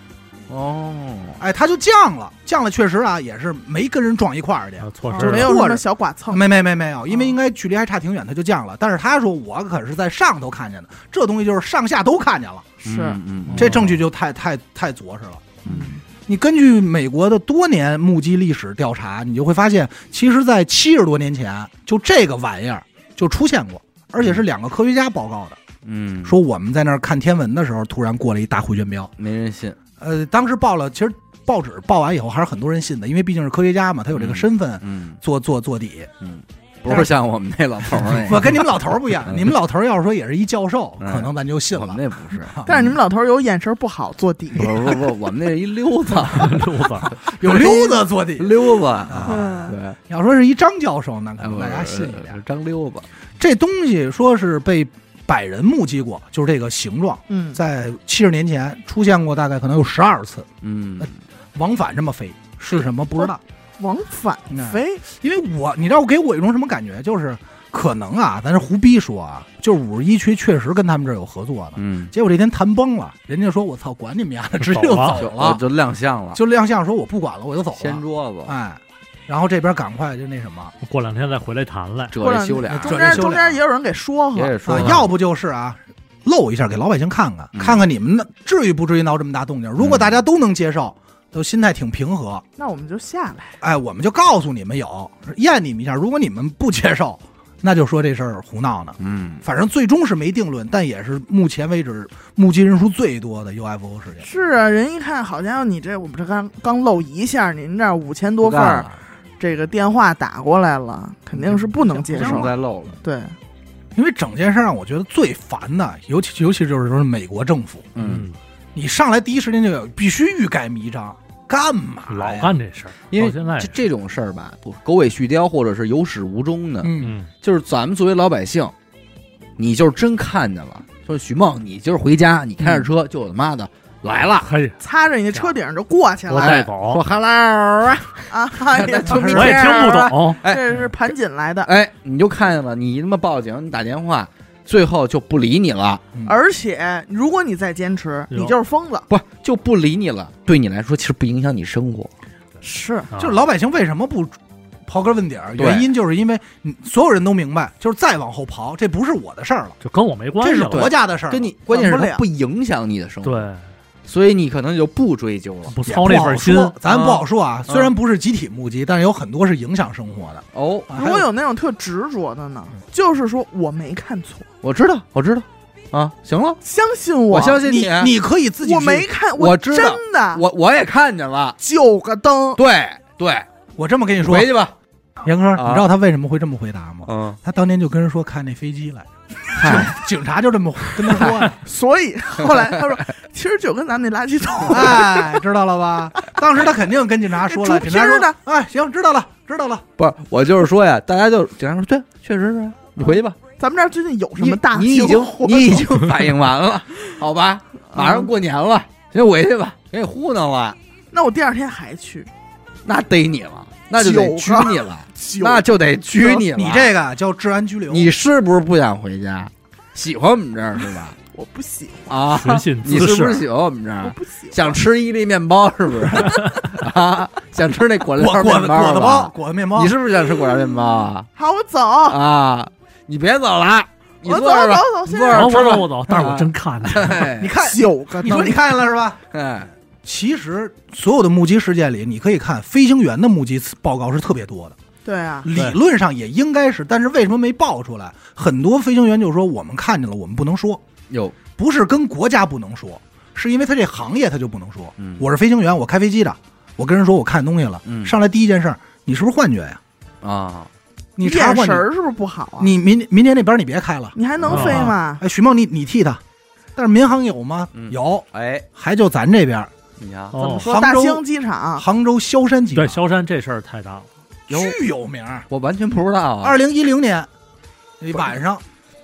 哦”，
哎，他就降了，降了，确实啊，也是没跟人撞一块儿去。
啊错
啊
失
就
没
了，
有什
坐
么
着
小剐蹭，
没没没没有，因为
嗯
应该距离还差挺远，他就降了。但是他说我可是在上头看见的，这东西就是上下都看见了，
是，
嗯
这证据就太太太着实了。
嗯
你根据美国的多年目击历史调查，你就会发现，其实，在七十多年前，就这个玩意儿就出现过，而且是两个科学家报告的，
嗯，
说我们在那儿看天文的时候，突然过了一大回旋镖。
没人信，
呃，当时报了，其实报纸报完以后，还是很多人信的，因为毕竟是科学家嘛，他有这个身份
嗯
做做做底。
嗯，不是像我们那老头儿那
我
个，
跟你们老头儿不 一样，
嗯
你们老头儿要是说也是一教授，
哎嗯
可能咱就信
我
了
们。那 不是。
但是你们老头儿有眼神不好，坐底，
不不不，我们那是一溜子，
溜子，
有溜子做底，
溜子啊，
嗯
对，
你要说是一张教授，那可
哎
能
我
大家信一点。
是张溜子，
这东西说是被百人目击过，就是这个形状，
嗯，
在七十年前出现过，大概可能有十二次，
嗯
往返这么飞，是什么不知道。
往返飞，
因为我，你知道我给我一种什么感觉，就是可能啊，咱是胡逼说啊，就是五十一区确实跟他们这儿有合作的，
嗯，
结果这天谈崩了，人家说我操，管你们 丫的，直接就
走了
走了，
就亮相了，
就亮相说我不管了，我就走
掀
了，
桌子，
哎，然后这边赶快就那什么。
过两天再回来谈来，
这这修
过两
俩
天，
这
中间
修
中
俩
间也有人给说
也
和，
得说
啊，要不就是啊，露一下给老百姓看看，
嗯
嗯看看你们那至于不至于闹这么大动静。如果大家都能接受，都心态挺平和。
那我们就下来。
哎，我们就告诉你们有，验你们一下。如果你们不接受，那就说这事儿胡闹呢。
嗯，
反正最终是没定论，但也是目前为止目击人数最多的 UFO 事件。
是啊，人一看，好家伙，你这我们这刚刚漏一下，您这五千多份儿，这个电话打过来了，肯定是不能接
不想
受。
再漏了。
对，
因为整件事让我觉得最烦的，尤其尤其就是说美国政府，
嗯，
你上来第一时间就有必须欲盖弥彰，干嘛呀
老干这事儿，
哎因为
到现在也
这
是，
这种事儿吧，不狗尾续貂或者是有始无终的，
嗯，
嗯，
就是咱们作为老百姓，你就是真看见了，说许梦，你今儿回家，你开着车
嗯
就我他妈的来了，
嘿，
擦着你的车顶就过去
我
了
带
说
走，
hello 啊，
啊！ 哎呀
我
我也听不，懂，
哎
啊这是盘锦来的。
哎，你就看见了，你他妈报警，你打电话，最后就不理你了，
而且，如果你再坚持，
有
你就是疯子。
不就不理你了？对你来说，其实不影响你生活，
是，
啊
就是老百姓为什么不刨根问底儿？
对
原因就是因为你所有人都明白，就是再往后刨，这不是我的事儿了，
就跟我没关
这
系
是
了，
国家的事儿了，
跟你关键是
啊管
它
不了
不影响你的生活，
对，
所以你可能就不追究了。
不
也
操那
不好
份心，
说咱不
啊
好说啊。虽然不是集体目击，但是有很多是影响生活的。
哦，
啊
如
还
果有那种特执着的呢，
嗯
就是说我没看错，
我知道，我知道，啊，行了，
相信
我
我
相信
你，你可以自己去。
我没看，
我知
真
道
的，
我我也看见了，
九个灯，
对对，
我这么跟你说，
回去吧，
严哥，
啊
你知道他为什么会这么回答吗？
嗯，
他当年就跟人说看那飞机来着，警察就这么跟他说的。
所以后来他说，其实就跟咱们那垃圾桶，啊
哎，知道了吧？当时他肯定跟警察 说了，
这
警
猪
察
皮
说
儿的：“
哎，行，知道了，知道了。
不是，我就是说呀，大家就警察说，对，确实是，啊你回去吧，
咱们这儿最近有什
你
么大
你已
型
经
活动
你已经反应完了，好吧，马上过年了，行，回去吧，给你糊弄了，
那我第二天还去，
那逮你了，那就得拘
九个
你了，
九
那就得拘你了，
你这个叫治安拘留。
你是不是不想回家？喜欢我们这儿是吧？
我不喜 欢，
啊，
寻衅
你
滋
是不是
事，
喜欢我们这
我
儿？
不喜欢，
想吃伊利面包是 不是？啊，想吃那果
果
料
果
面
子
包
果子包，
吧？
果子面包。
你是不是想吃果料面包啊？
好，我走，
啊，你别走了，你
我
坐
走
着
走
吧。
走，
你
先
坐
生
着
我
吃
走
吧。
我走，但是我真看见，
哎
你看，
九个
你说
灯
你，看见了是吧？
哎，
其实所有的目击事件里，你可以看飞行员的目击报告是特别多的，
对啊，
理论上也应该是，但是为什么没报出来？很多飞行员就说我们看见了，我们不能说，
有，
不是跟国家不能说，是因为他这行业他就不能说。
嗯
我是飞行员，我开飞机的，我跟人说我看东西了，
嗯
上来第一件事儿，你是不是幻觉呀、
啊，
你查
眼
幻觉，
神儿是不是不好啊？
你明明年那边你别开了。
你还能飞吗？
啊
哎，徐梦，你你替他，但是民航有吗？
嗯
有，
哎，还
还就咱这边儿
你看，
怎么
哦，
说？
杭
大
州
兴机场
杭州萧山机
对，
场，
萧山这事儿太大了，
有
巨有名儿。
我完全不知道啊。
二零一零年晚上，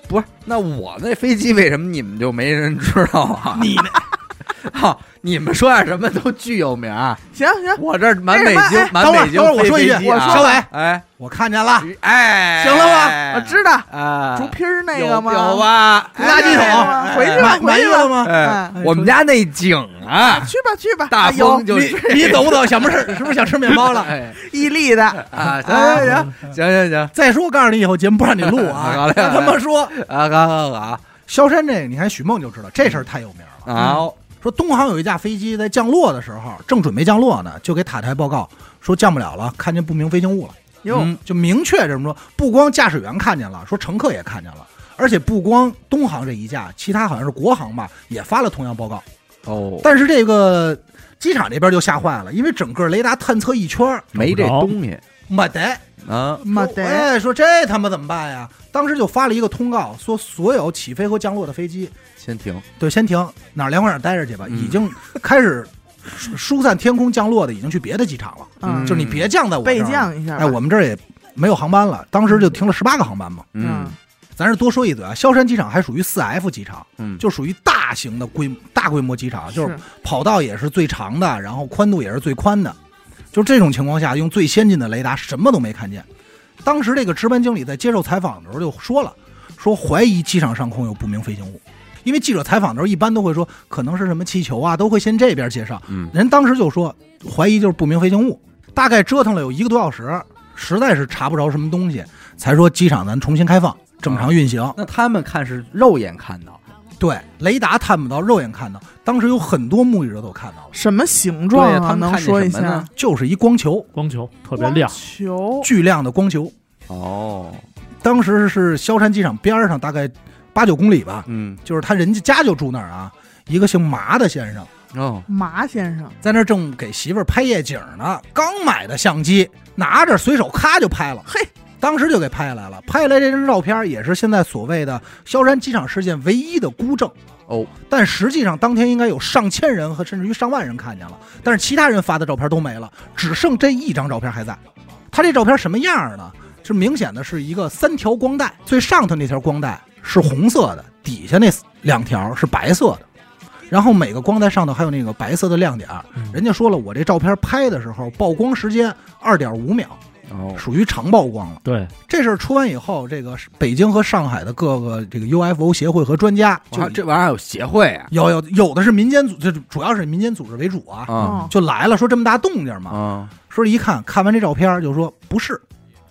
不是，那我那飞机为什么你们就没人知道啊？
你那
啊， 你们说点什么都巨有名 啊！
行行，
我这儿满
哎
北京
哎，
满
等会儿
北京
等会儿我
飞
说一
飞
句
机啊
我说完
哎
我看 见了
哎，
行了吧
我知道
啊，
竹皮儿那
有
个吗？
有吧？
哎
垃圾桶
那个吗回去吧，
满
回
满意
去
了
吧，
吗？
哎
哎，
我们家那井啊，
去吧去吧，
大
哎有
风就
你你走不走？想不事儿？是不是想吃面包了？
哎
伊利的，
啊，行行行行行行，
再说，我告诉你，以后节目不让你录
好
啊！
嘞
别他妈说
啊，好好好
萧山这个，你看许梦就知道这事儿太有名了。
啊，
说东航有一架飞机在降落的时候，正准备降落呢，就给塔台报告说降不了了，看见不明飞行物了。
哟
嗯
就明确这么说，不光驾驶员看见了，说乘客也看见了，而且不光东航这一架，其他好像是国航吧，也发了同样报告。
哦，
但是这个机场这边就吓坏了，因为整个雷达探测一圈儿
没这东西
没得，
啊，
没得，
哎，说这他妈怎么办呀？当时就发了一个通告，说所有起飞和降落的飞机，
先停，
对，先停，哪儿凉快哪儿待着去吧，
嗯
已经开始疏疏散天空降落的，已经去别的机场了，
嗯
就是你别降在我这儿
备。降一下吧，
哎，我们这儿也没有航班了，当时就停了十八个航班嘛。
嗯
咱是多说一嘴啊，萧山机场还属于四 F 机场，
嗯，
就属于大型的规大规模机场，就是
是
跑道也是最长的，然后宽度也是最宽的。就这种情况下，用最先进的雷达什么都没看见。当时这个值班经理在接受采访的时候就说了，说怀疑机场上空有不明飞行物，因为记者采访的时候一般都会说可能是什么气球啊，都会先这边介绍。
嗯
人当时就说怀疑就是不明飞行物，大概折腾了有一个多小时，实在是查不着什么
啊
东西，才说机场咱重新开放，正常运行。
那他们看是肉眼看到，
对，雷达看不到，肉眼看到。当时有很多目击者都看到了，
什么形状
对呀
啊？
他们
能
看见
说一
什么呢
下？
就是一光球，
光球特别
光
亮，
球
巨亮的光球。
哦，
当时是萧山机场边儿上大概八九公里吧，
嗯，
就是他人家家就住那儿啊。一个姓麻的先生
哦，
麻先生，
在那儿正给媳妇儿拍夜景呢，刚买的相机，拿着随手咔就拍了，
嘿，
当时就给拍下来了。拍下来这张照片也是现在所谓的萧山机场事件唯一的孤证
哦。
但实际上当天应该有上千人和甚至于上万人看见了，但是其他人发的照片都没了，只剩这一张照片还在。他这照片什么样儿呢？这明显的是一个三条光带，最上头那条光带是红色的，底下那两条是白色的。然后每个光带上头还有那个白色的亮点儿，
嗯
人家说了，我这照片拍的时候曝光时间二点五秒，
哦，
属于长曝光了。
对，
这事儿出完以后，这个北京和上海的各个这个 UFO 协会和专家，
就
就
这玩意儿还有协会啊，
有有有的是民间组，这主要是民间组织为主啊，
啊
哦
就来了，说这么大动静嘛，
啊，
说一看看完这照片儿就说不是，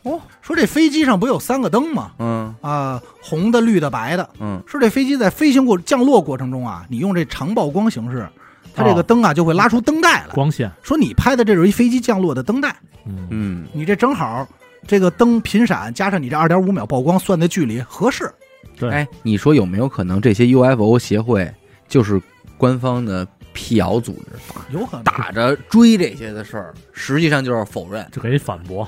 哦，
说这飞机上不有三个灯吗？
嗯
啊、红的、绿的、白的，
嗯，
说这飞机在飞行过降落过程中啊，你用这长曝光形式，它这个
哦
灯啊就会拉出灯带来。
光线，
说你拍的这是一飞机降落的灯带，
嗯，
嗯，
你这正好这个灯频闪加上你这二点五秒曝光算的距离合适。
对
哎，你说有没有可能这些 UFO 协会就是官方的辟谣组织，
有可能
打着追这些的事儿，实际上就是否认。
就给你反驳，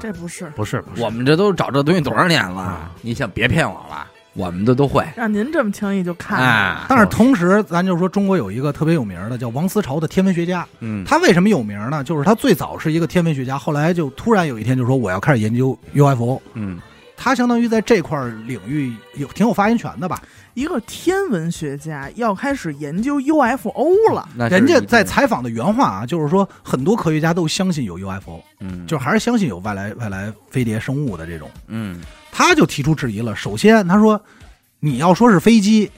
这不是
不是，不是
我们这都找这东西多少年了
啊，
你想别骗我了，我们的都会
让您这么轻易就看了，
啊。
但是同时，咱就说中国有一个特别有名的叫王思潮的天文学家，
嗯，
他为什么有名呢？就是他最早是一个天文学家，后来就突然有一天就说我要开始研究 UFO，
嗯
他相当于在这块儿领域有挺有发言权的吧？
一个天文学家要开始研究 UFO 了，，
那是嗯
人家
一
在
定
采访的原话啊，就是说很多科学家都相信有 UFO，
嗯，
就还是相信有外来外来飞碟生物的这种。
嗯
他就提出质疑了。首先，他说：“你要说是飞机，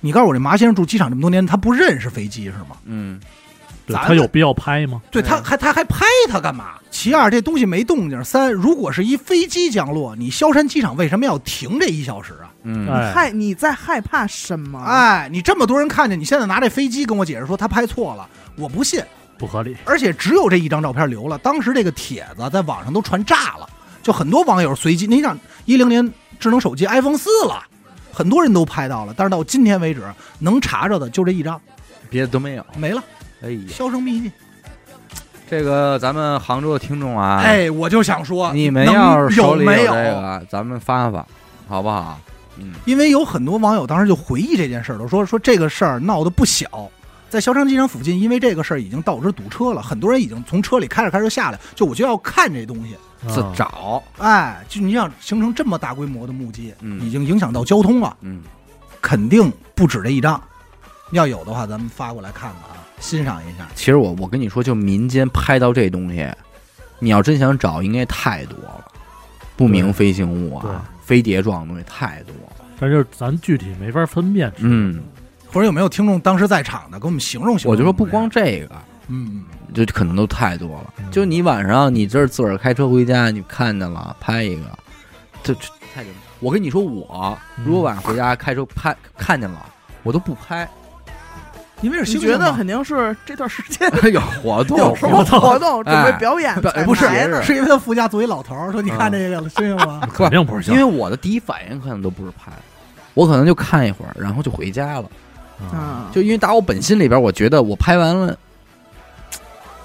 你告诉我这麻先生住机场这么多年，他不认识飞机是吗？
嗯
对
咱
他有必要拍吗？
对，
嗯
他还他还拍他干嘛？其二，这东西没动静。三，如果是一飞机降落，你萧山机场为什么要停这一小时啊？
嗯，
哎，
害你在害怕什么？
哎，你这么多人看见，你现在拿这飞机跟我解释说他拍错了，我不信。
不合理，
而且只有这一张照片留了，当时这个帖子在网上都传炸了，就很多网友随机，你想一零年智能手机 iPhone 四了，很多人都拍到了，但是到今天为止能查着的就这一张
别的都没有。
没了，
哎呀，
销声匿迹。
这个咱们杭州的听众啊，，
哎，我就想说，
你们要是
能
手里
有没
这
有啊
个，咱们发发，好不好？嗯
因为有很多网友当时就回忆这件事儿了，说说这个事儿闹得不小。在萧山机场附近，因为这个事儿已经导致堵车了，很多人已经从车里开着开着就下来，就我就要看这东西。
自
啊
找，
哎，就你想形成这么大规模的目击，已
嗯
经影响到交通了。
嗯，
肯定不止这一张。要有的话，咱们发过来看看啊，欣赏一下。
其实我我跟你说，就民间拍到这东西，你要真想找，应该太多了，不明飞行物啊，飞碟状的东西太多了。
啊但是咱具体没法分辨，
嗯，
或者有没有听众当时在场的，给我们形容形容？
我就说不光，这个，
嗯，
就可能都太多了。
嗯
就你晚上你这儿自个儿开车回家，你看见了拍一个，这这太简单。我跟你说，我
嗯
如果晚上回家开车拍看见了，我都不 拍。
因为是
你
星
觉
星
得
嘛，
肯定是这段时间
有活动，
有什么活动准
哎
备表演
不
才
不是
来的
是因为他副驾作为老头儿说：“你
嗯
看这个星星吗
肯定不是
因
星
为我的第一反应可能都不是拍，我可能就看一会儿，然后就回家了。
啊，
啊，
就因为打我本心里边，我觉得我拍完了，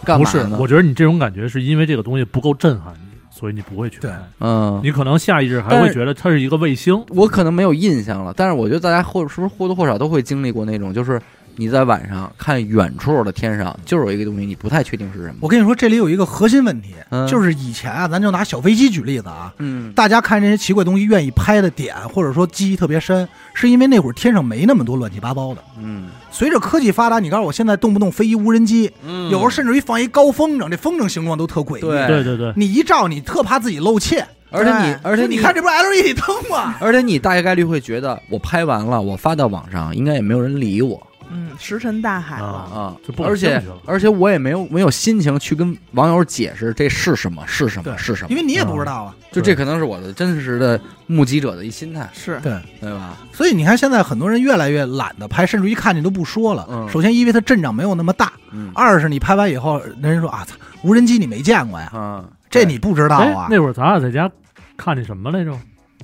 干
不
嘛
是，
呢？
我觉得你这种感觉是因为这个东西不够震撼你，所以你不会去
对
拍，
嗯，
你可能下意识还
但
会
是
觉得它是一个卫星，
我可能没有印象了，但是我觉得大家或是不是或多或少都会经历过那种，就是你在晚上看远处的天上，就是有一个东西，你不太确定是什？”
我
么。
跟你说，这里有一个核心问题，
嗯
就是以前啊，咱就拿小飞机举例子啊，
嗯，
大家看这些奇怪东西愿意拍的点，或者说记忆特别深，是因为那会儿天上没那么多乱七八糟的。
嗯，
随着科技发达，你告诉我现在动不动飞一无人机，有时候甚至于放一高风筝，这风筝形状都特诡
嗯
异。
对
对对对，
你一照，你特怕自己露怯。
而且你
对，
而且
说你看，这不是 LED 灯吗？
而且你大概率会觉得，我拍完了，我发到网上，应该也没有人理我，
嗯，石沉大海了。
啊
啊
就不！感
而且
兴趣了
而且我也没有没有心情去跟网友解释这是什么是什么
对
是什么，
因为你也不知道啊。
就这可能是我的真实的目击者的一心态，
是，
对，
对吧？
所以你看现在很多人越来越懒得拍，甚至于看见都不说了。
嗯
首先，因为它阵仗没有那么大；
嗯
二是你拍完以后，人家说啊，操，无人机你没见过呀，
啊，
这你不知道
哎
啊，。
那会儿咱俩在家看那什么来着？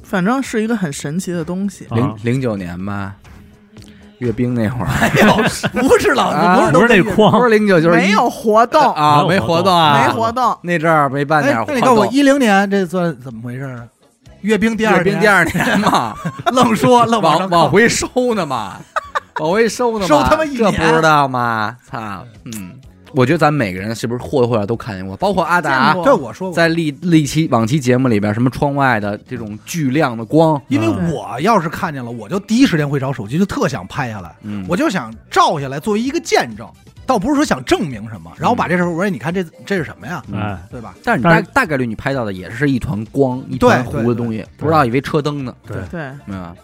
反正是一个很神奇的东西。
零
啊
零九年吧，阅兵那会 儿，
没有， 不是老
哎啊
子，
不是
是
那
都
筐
不，是零九就是
没有活动，
啊，
没
没
有活
活
动
动啊，
没活动，
那阵儿没办
哎
点儿，
那
活
你告诉我
动。
一零年这算怎么回事啊？阅兵第二
阅
年，
兵第二年 嘛，
愣说愣
往
上
往
靠
回收呢 嘛，往回收呢嘛，
收他妈一
这
年
不知道吗？操，嗯，我觉得咱每个人是不是或多或少都看见过，包括阿达
见过
对我说过，
在历历期往期节目里边，什么窗外的这种巨亮的光，
因为
嗯
我要是看见了，我就第一时间会找手机，就特想拍下来，
嗯，
我就想照下来作为一个见证，倒不是说想证明什么，然后把这事儿我说，你看这这是什么呀，
嗯
哎，
对吧？
但是你大大概率你拍到的也是一团光，一团糊的东西，不知道以为车灯呢，嗯
对
对，
明白吗？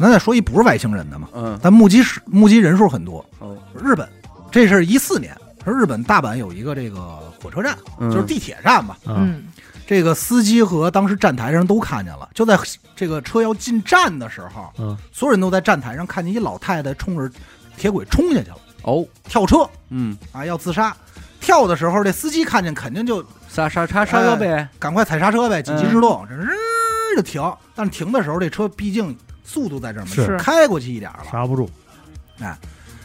咱再说一不是外星人的嘛，
嗯，
但目击时目击人数很多。
哦，
日本，这是一四年，说日本大阪有一个这个火车站，
嗯
就是地铁站吧，
嗯
嗯，
这个司机和当时站台上都看见了，就在这个车要进站的时候，
嗯，
所有人都在站台上看见一老太太冲着铁轨冲下去了，
哦，
跳车
嗯，
啊，要自杀。跳的时候，这司机看见肯定就
刹刹刹刹车呗，
赶快踩刹车呗，紧
嗯
急制动，这日就停。但是停的时候，这车毕竟速度在这儿嘛，
是
开过去一点儿了。
刹不住，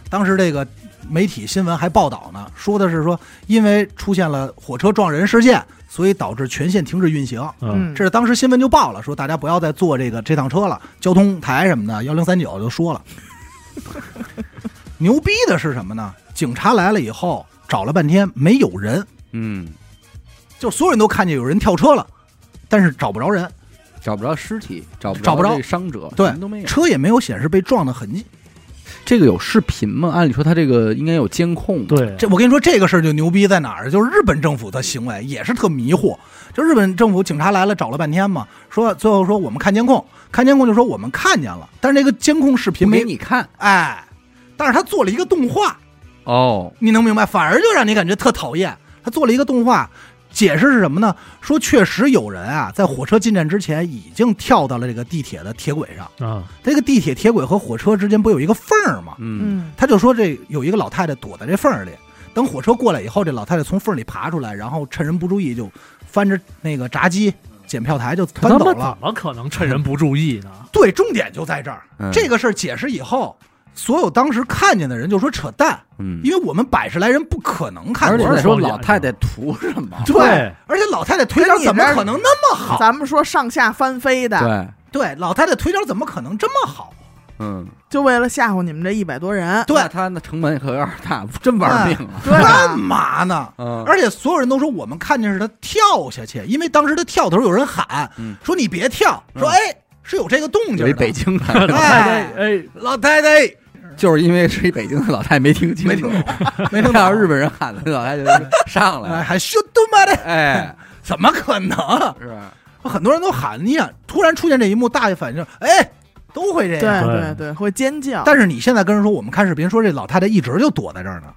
当时这个媒体新闻还报道呢，说的是说因为出现了火车撞人事件，所以导致全线停止运行。
嗯，
这是当时新闻就报了，说大家不要再坐这个这趟车了，交通台什么的幺零三九就说了。 牛逼的是什么呢？警察来了以后找了半天没有人，
嗯，
就是所有人都看见有人跳车了，但是找不着
哎
人，
找不着尸体，找不
找不着
这伤者，
对
什么都没有。
车也没有显示被撞的痕迹。
这个有视频吗？按理说他这个应该有监控，，
对，
这我跟你说，这个事儿就牛逼在哪儿？就是日本政府的行为也是特迷糊。就日本政府警察来了找了半天嘛，说最后说我们看监控，看监控就说我们看见了，但是那个监控视频
不
没
给你看
哎，但是他做了一个动画，
哦，
你能明白？反而就让你感觉特讨厌。他做了一个动画，解释是什么呢？说确实有人啊，在火车进站之前已经跳到了这个地铁的铁轨上。
啊，
这个地铁铁轨和火车之间不有一个缝儿吗？
嗯
嗯，
他就说这有一个老太太躲在这缝儿里，等火车过来以后，这老太太从缝儿里爬出来，然后趁人不注意就翻着那那个闸机检票台就
他
翻
他
走
妈
了
怎。么可能趁人不注意呢？
对，重点就在这儿。
嗯
这个事儿解释以后，所有当时看见的人就说扯淡，
嗯，
因为我们百十来人不可能看
而
见
且
我是
再说
双眼
老太太图什么？
对，
而且老太太腿脚怎么可能那么好？
咱们说上下翻飞的，
对，
对，老太太腿脚怎么可能这么好？
嗯，
就为了吓唬你们这一百多人。
对
那他那成本可有点大，真玩命啊！
对
干
啊，
嘛呢？
嗯，
而且所有人都说我们看见是她跳下去，因为当时她跳的时候有人喊
嗯
说你别跳，说
嗯
哎是有这个动
有
静
一
的。
北京
老太
的，
太，
哎
哎，
老太太
就是因为是一北京的老太太没听清楚，
没听懂， 没
看
听
到
懂
日本人喊的老太太 就上来
哎
了，
还咻嘟妈的，
哎，
怎么可能？
是吧？
很多人都喊，你想突然出现这一幕，大爷反应哎都会这
对
样。
对对，会尖叫。
但是你现在跟人说我们看视频，说这老太太一直就躲在这儿呢，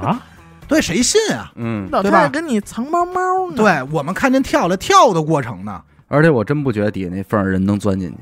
啊，
对谁信啊？
嗯，
老
对
太
吧
太跟你藏猫猫呢。，
对我们看见跳了跳的过程呢，
而且我真不觉得底下那缝儿人能钻进去，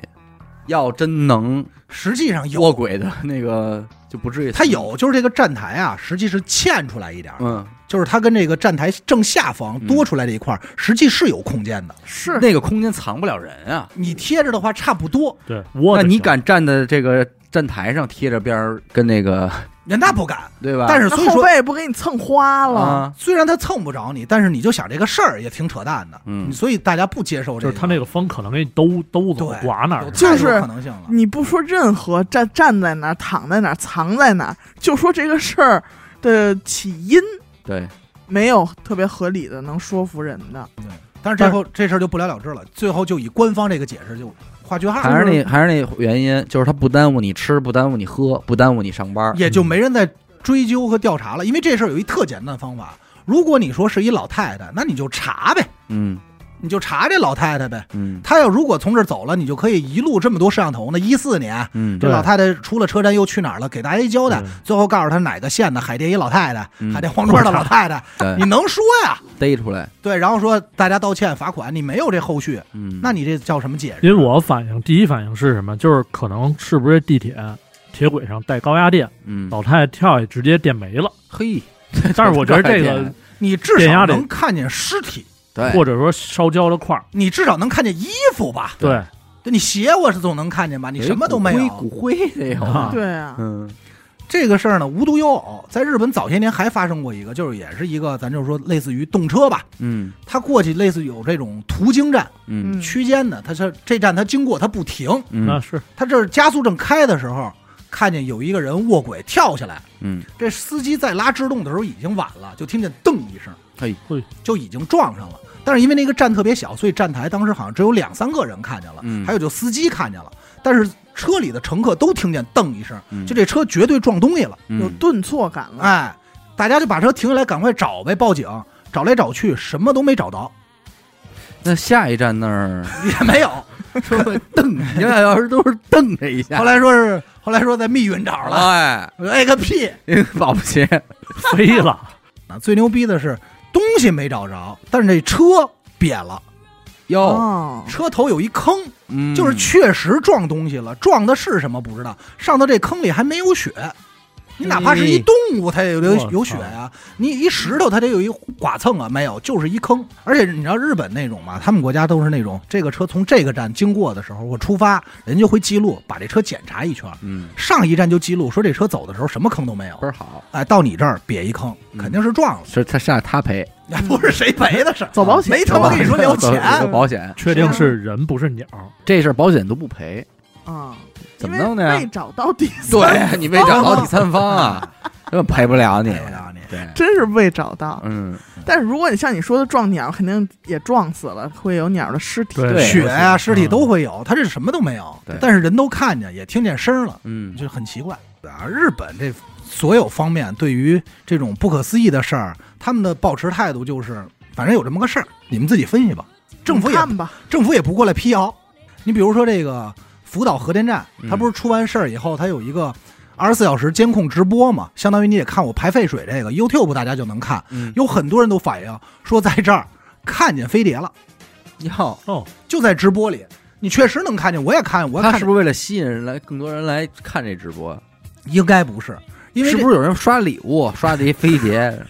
要真能
实际上有
卧轨的那个就不至于。
它，有，就是这个站台啊，实际是嵌出来一点儿，
嗯，
就是它跟这个站台正下方
嗯
多出来这一块儿，实际是有空间的。
是
那个空间藏不了人啊。
你贴着的话差不多，
对，我
那
的
你
天，
敢站在这个站台上贴着边儿跟那个
人那不敢。
对吧？
但是
那
所以
后
说，
背不给你蹭花了。
啊，
虽然他蹭不着你，但是你就想这个事儿也挺扯淡的，
嗯
你所以大家不接受这
就
个。
是他那个风可能给你兜兜走，
对
刮哪儿
有
呢？
太多
就是
可能性了。
你不说任何站站在哪儿、躺在哪儿、藏在哪儿，就说这个事儿的起因，
对，
没有特别合理的能说服人的。
但是最后这事儿就不了了之了，最后就以官方这个解释就画句号，
还是那还是那原因，就是它不耽误你吃，不耽误你喝，不耽误你上班。
也就没人再追究和调查了。因为这事儿有一特简单的方法，如果你说是一老太太，那你就查呗。
嗯，
你就查这老太太呗。
嗯
她要如果从这儿走了，你就可以一路这么多摄像头呢。一四年，
嗯，
这
对
老太太出了车站又去哪儿了，给大家一交代
对，
最后告诉她哪个县的海淀一老太太，
嗯
海淀黄庄的老太太，你
对，
能说呀？
逮出来，
对，然后说大家道歉罚款，你没有这后续，
嗯，
那你这叫什么解释？
因为我反应第一反应是什么？就是可能是不是地铁铁轨上带高压电，
嗯，
老太太跳下去直接电没了。
嘿，
但是我觉得这
高压
个
电
你至
电
少
压得
能看见尸体，
对，
或者说烧焦了块儿，
你至少能看见衣服吧？
对
对，
对你鞋我是总能看见吧？你什么都没
有一
有。
哎骨灰，骨灰得有
啊
对啊，
嗯
这个事儿呢，无独有偶，在日本早些年还发生过一个，就是也是一个，咱就是说类似于动车吧，
嗯
它过去类似有这种途经站、
嗯
嗯
区间的，它是这站它经过它不停，
那
嗯
是
它这儿加速正开的时候，看见有一个人卧轨跳下来，
嗯，
这司机在拉制动的时候已经晚了，就听见噔一声，
嘿
嘿，
就已经撞上了。但是因为那个站特别小，所以站台当时好像只有两三个人看见了，
嗯
还有就司机看见了，但是车里的乘客都听见噔一声，
嗯
就这车绝对撞东西了，
嗯
有顿挫感了。
哎，大家就把车停下来，赶快找呗，报警，找来找去什么都没找着，
那下一站那 儿，
也没有。
说 瞪，你俩要是都是瞪这一下，
后来说是后来说在密云找了，
哎，
我说哎个屁！
保不齐，
飞了，
啊，最牛逼的是东西没找着，但是这车瘪了，
哟，
哦，
车头有一坑，
嗯
就是确实撞东西了，撞的是什么不知道，上头这坑里还没有血。你哪怕是一
嗯
动物，它也有
我操
有有血呀、你一石头，它得有一剐蹭啊，没有，就是一坑。而且你知道日本那种嘛，他们国家都是那种，这个车从这个站经过的时候或出发，人就会记录，把这车检查一圈。
嗯，
上一站就记录说这车走的时候什么坑都没有
倍，儿好，
哎，到你这儿瘪一坑，
嗯
肯定是撞了，
是他下他赔，
不是谁赔的事儿。
走保险
没他妈跟你说聊钱，
走保险
确定是人不是鸟。
这事儿保险都不赔，
啊，
怎么
因为
弄的呀
被找到第三，
对你没找到第三方 啊，根本赔不了你
赔不哎了你
对，
真是未找到。
嗯，
但是如果你像你说的撞鸟，肯定也撞死了，会有鸟的尸体。
对
血呀、尸体都
会。
会有，他这什么都没有
嗯对，
但是人都看见，也听见声了，
嗯，
就很奇怪啊。日本这所有方面对于这种不可思议的事儿，他们的保持态度就是，反正有这么个事儿，你们自己分析吧。政府
你
也
看吧，
政府也不过来辟谣。你比如说这个福岛核电站，
嗯
它不是出完事儿以后，它有一个二十四小时监控直播嘛，相当于你得看我排废水这个 YouTube 大家就能看，
嗯
有很多人都反映说在这儿看见飞碟了，
哟，
哦，
就在直播里，你确实能看见，我也看，我也
他
看
是不是为了吸引人来更多人来看这直播？
应该不是，因为
是
这
不是有人刷礼物，刷这些飞 碟，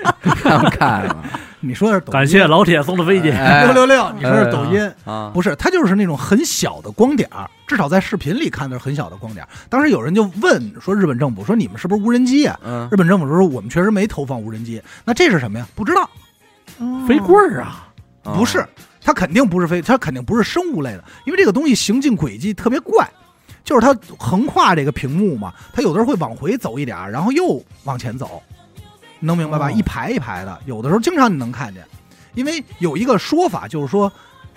让看了？
你说的是抖音
感谢老铁送的飞机，
哎
六六六，你说的是抖音。
啊，
不是，它就是那种很小的光点儿，至少在视频里看的是很小的光点儿。当时有人就问说，日本政府说你们是不是无人机啊？
嗯
日本政府说我们确实没投放无人机，那这是什么呀？不知道，
哦
飞棍儿啊，
啊
不是，它肯定不是飞，它肯定不是生物类的，因为这个东西行进轨迹特别怪，就是它横跨这个屏幕嘛，它有的时候会往回走一点儿，然后又往前走，你能明白吧？
哦
一排一排的，有的时候经常你能看见，因为有一个说法就是说，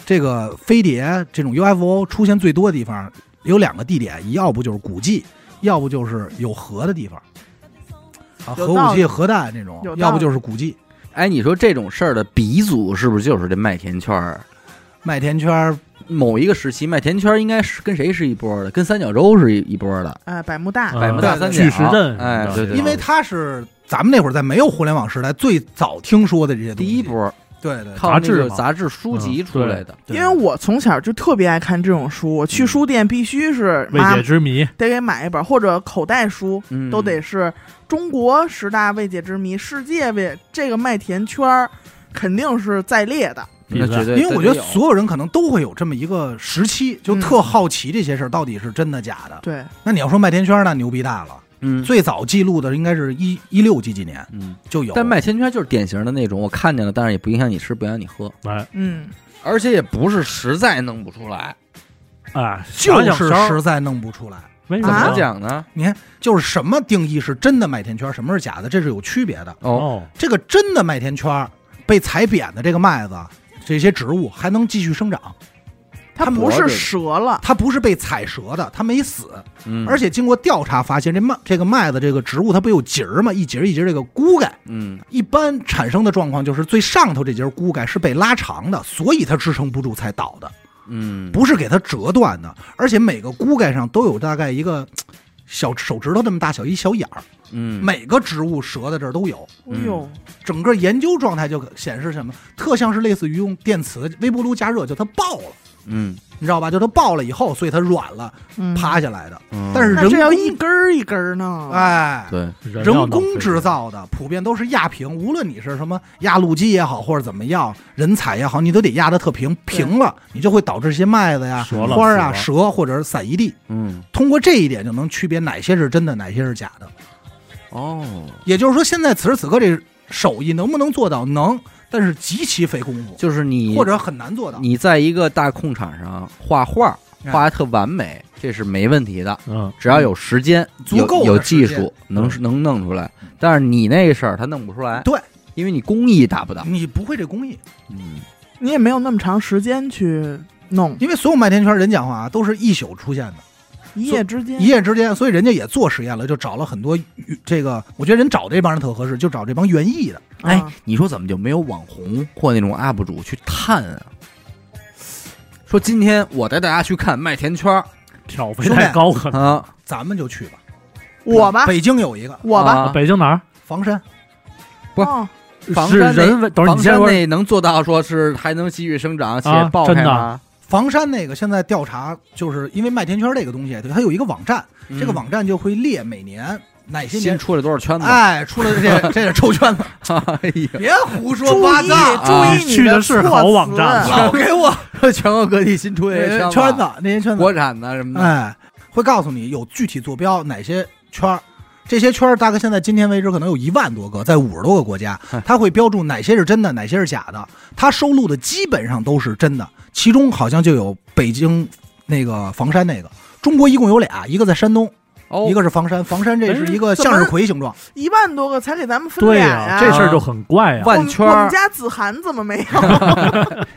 这个飞碟这种 UFO 出现最多的地方有两个地点，要不就是古迹，要不就是有核的地方。啊，
有
核
道
武
理
器、核弹这种
有，
要不
道理
就是古迹，
哎，你说这种事儿的鼻祖是不是就是这麦田圈儿？
麦田圈儿
某一个时期，麦田圈儿应该是跟谁是一波的？跟三角洲是一一波的，
哎，百慕大，
百慕大
嗯
三角
巨石阵什么的，
哎对对
因为它是咱们那会儿在没有互联网时代最早听说的这些东
第
西
一，波
对对，
靠那个
杂志嘛嗯
杂志书籍出来的。
对
因为我从小就特别爱看这种书，我去书店必须是
未
妈
解之谜，
得给买一本，或者口袋书
嗯，
都得是中国十大未解之谜，世界未这个麦田圈儿肯定是在列的。
那绝对，
因为我觉得
所
所有人可能都会有这么一个时期，
嗯
就特好奇这些事儿到底是真的假的。
对，
那你要说麦田圈儿，那牛逼大了，
嗯
最早记录的应该是一一六几几年
嗯，
就有，
但麦田圈就是典型的那种，我看见了，但是也不影响你吃，不影响你喝，
哎
嗯，
而且也不是实在弄不出来。
哎，
就
想
是
想声儿
实在弄不出来。
为什
怎么
啊
么呀？
讲呢？
你看，就是什么定义是真的麦田圈儿，什么是假的，这是有区别的。
哦，
哦，
这个真的麦田圈儿被踩扁的这个麦子，这些植物还能继续生长。
它
它
不
脖
是
子
折了，
它不是被踩折的，它没死，
嗯，
而且经过调查发现，这麦这个麦子这个植物它不有节儿吗？一节儿一节儿这个骨盖，
嗯
一般产生的状况就是最上头这节骨盖是被拉长的，所以它支撑不住才倒的，
嗯，
不是给它折断的。而且每个骨盖上都有大概一个嘖小手指头那么大小一小眼儿，
嗯
每个植物折的这儿都有。
哎呦，
整个研究状态就显示什么，特像是类似于用电磁微波炉加热，就它爆了，
嗯，
你知道吧？就它爆了以后，所以它软了，
嗯，
趴下来的。
嗯
但是
那
人
这要
工
一根儿一根儿呢，，
哎，
对，
人要
人
弄飞
工制
机
造的普遍都是压平，无论你是什么压路机也好，或者怎么样，人踩也好，你都得压得特平，平了你就会导致一些麦子呀、
折了
花儿啊、
死
折或者是散一地。
嗯
通过这一点就能区别哪些是真的，哪些是假的。
哦，
也就是说，现在此时此刻这手艺能不能做到？能，但是极其费功夫，
就是你
或者很难做到。
你在一个大空场上画画，
哎
画的特完美，这是没问题的。
嗯，
只要有时间，
足
有
够的
有
时
技
间
术，能能弄出来。但是你那事儿他弄不出来，
对，
因为你工艺达不到。
你不会这工艺，
嗯
你也没有那么长时间去弄，
因为所有麦田圈人讲话啊，都是一宿出现的。
一夜之间
一，夜之间，所以人家也做实验了，就找了很多这个，我觉得人找这帮人特合适，就找这帮园艺的。
哎
啊，
你说怎么就没有网红或那种 UP 主去探啊？说今天我带大家去看麦田圈儿
挑费
兄弟
太高可能。
啊，
咱们就去吧，
我吧，
北京有一个
我吧，
啊
北京哪儿？
房山，
不是
哦
房
是
山那
人为，等会儿
房
你先
山
说。
那能做到说是还能继续生长且
啊
爆开
真的
吗？
房山那个现在调查，就是因为麦田圈这个东西，对它有一个网站，
嗯
这个网站就会列每年哪些
新
年。
出来多少圈子？
哎，出了 这这是臭圈子，
哎呀，
别胡说
注
八
意
道，
啊
注意你
去
的
的是
措
好网
辞
站
老给我
全国各地新出来
圈
的
子那些圈子
国产的什么的。
哎，会告诉你有具体坐标哪些圈儿，这些圈儿大概现在今天为止可能有一万多个，在五十多个国家，它会标注哪些是真的，哪些是假的。它收录的基本上都是真的，其中好像就有北京那个房山那个。中国一共有俩，一个在山东，
哦
一个是房山。房山这是一个
哎怎么
向日葵形状，
一万多个才给咱们分
对
俩
呀，这事儿就很怪呀。
我
万
们
圈
我们
儿，
家子涵怎么没有？嗯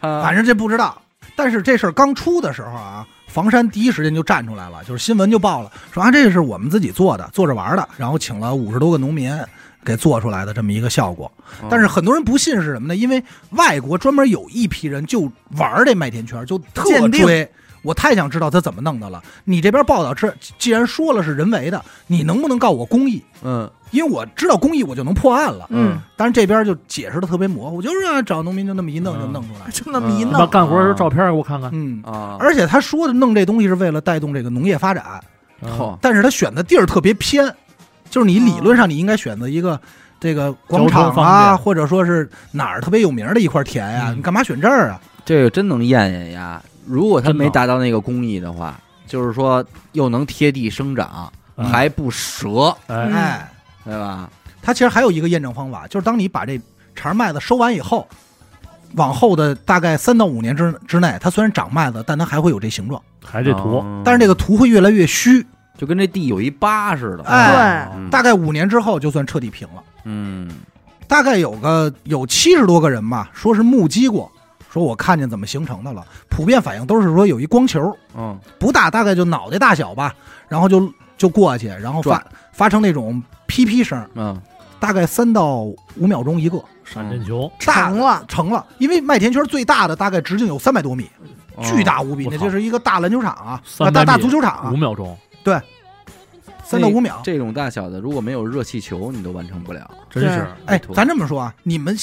啊
反正这不知道。但是这事儿刚出的时候啊，房山第一时间就站出来了，就是新闻就报了，说啊这是我们自己做的，做着玩儿的，然后请了五十多个农民给做出来的这么一个效果。
嗯
嗯
但是很多人不信是什么呢？因为外国专门有一批人就玩儿这麦田圈，就特
鉴定
追。我太想知道他怎么弄的了。你这边报道是，既然说了是人为的，你能不能告我公益？
嗯
因为我知道公益，我就能破案了。
嗯，
但是这边就解释的特别模糊，就是啊，找农民就那么一弄就
嗯
弄出来。
就那么一
嗯
你把
弄，
干活的时候照片给我看看。
嗯，
啊，
而且他说的弄这东西是为了带动这个农业发展，
嗯
嚯
但是他选的地儿特别偏，就是你理论上你应该选择一个这个广场
哦交通方
啊，
便
或者说是哪儿特别有名的一块田呀、
嗯
你干嘛选这儿啊？
这个真能验验呀！如果它
真的
没达到那个工艺的话，就是说又能贴地生长，
嗯
还不折，
哎
嗯
哎，
对吧？
它其实还有一个验证方法，就是当你把这茬麦子收完以后，往后的大概三到五年之之内，它虽然长麦子，但它还会有这形状，
还这图，
哦
但是这个图会越来越虚，
就跟这地有一疤似的。
哎
哦
嗯
大概五年之后就算彻底平了。
嗯
大概有个有七十多个人吧，说是目击过，说我看见怎么形成的了。普遍反应都是说有一光球，
嗯
不大，大概就脑袋大小吧，然后就就过去，然后发
转
发成那种噼噼声，
嗯，
大概三到五秒钟一个，
闪电球，
大
成了
成了。因为麦田圈最大的大概直径有三百多米，
嗯
巨，大无比，
我
那
操
就是一个大篮球场啊，
300
啊大大
米
足球场啊
五，秒钟，
三到五秒。
这种大小的，如果没有热气球，你都完成不了。
真是，
哎
图，
咱这么说啊，你们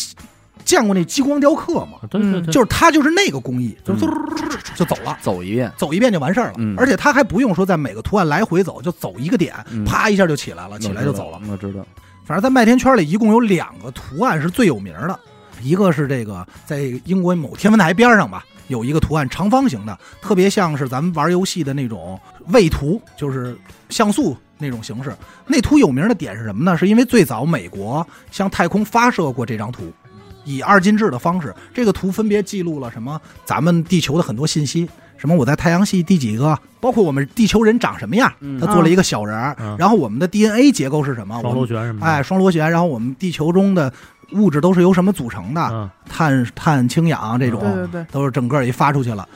见过那激光雕刻 吗？
对对对，
就是它就是那个工艺，就
嗯
是就走了。
走一遍，
走一遍就完事儿了，
嗯
而且他还不用说在每个图案来回走，就走一个点，
嗯
啪一下就起来了，起来就
我知道
走了。
嗯我知道，
反正，在麦田圈里一共有两个图案是最有名的，一个是这个在英国某天文台边上吧，有一个图案长方形的，特别像是咱们玩游戏的那种位图，就是像素那种形式。那图有名的点是什么呢？是因为最早美国向太空发射过这张图。以二进制的方式，这个图分别记录了什么咱们地球的很多信息，什么我在太阳系第几个，包括我们地球人长什么样，
嗯
他做了一个小人儿，
嗯
然后我们的 DNA 结构是什么，我
双
们
螺旋什么的，
哎，双螺旋，然后我们地球中的物质都是由什么组成的？
嗯，
碳、碳、氢、氧这种
对对对，
都是整个一发出去了。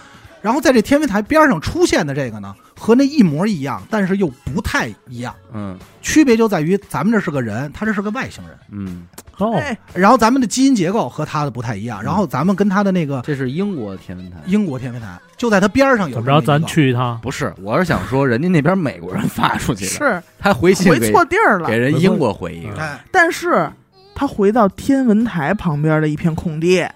然后在这天文台边上出现的这个呢，和那一模一样，但是又不太一样，
嗯
区别就在于咱们这是个人，他这是个外星人，
嗯，
哦，
哎，
然后咱们的基因结构和他的不太一样，然
嗯
后咱们跟他的那个
这是英国天文台。
英国天文台就在他边上有
怎么
这么
着？
一个
咱去一趟，
不是，我是想说，人家那边美国人发出去的，
是
他回信
回
给
错地儿
给
了，
人英国回嗯一个，
哎，
但是他回到天文台旁边的一片空地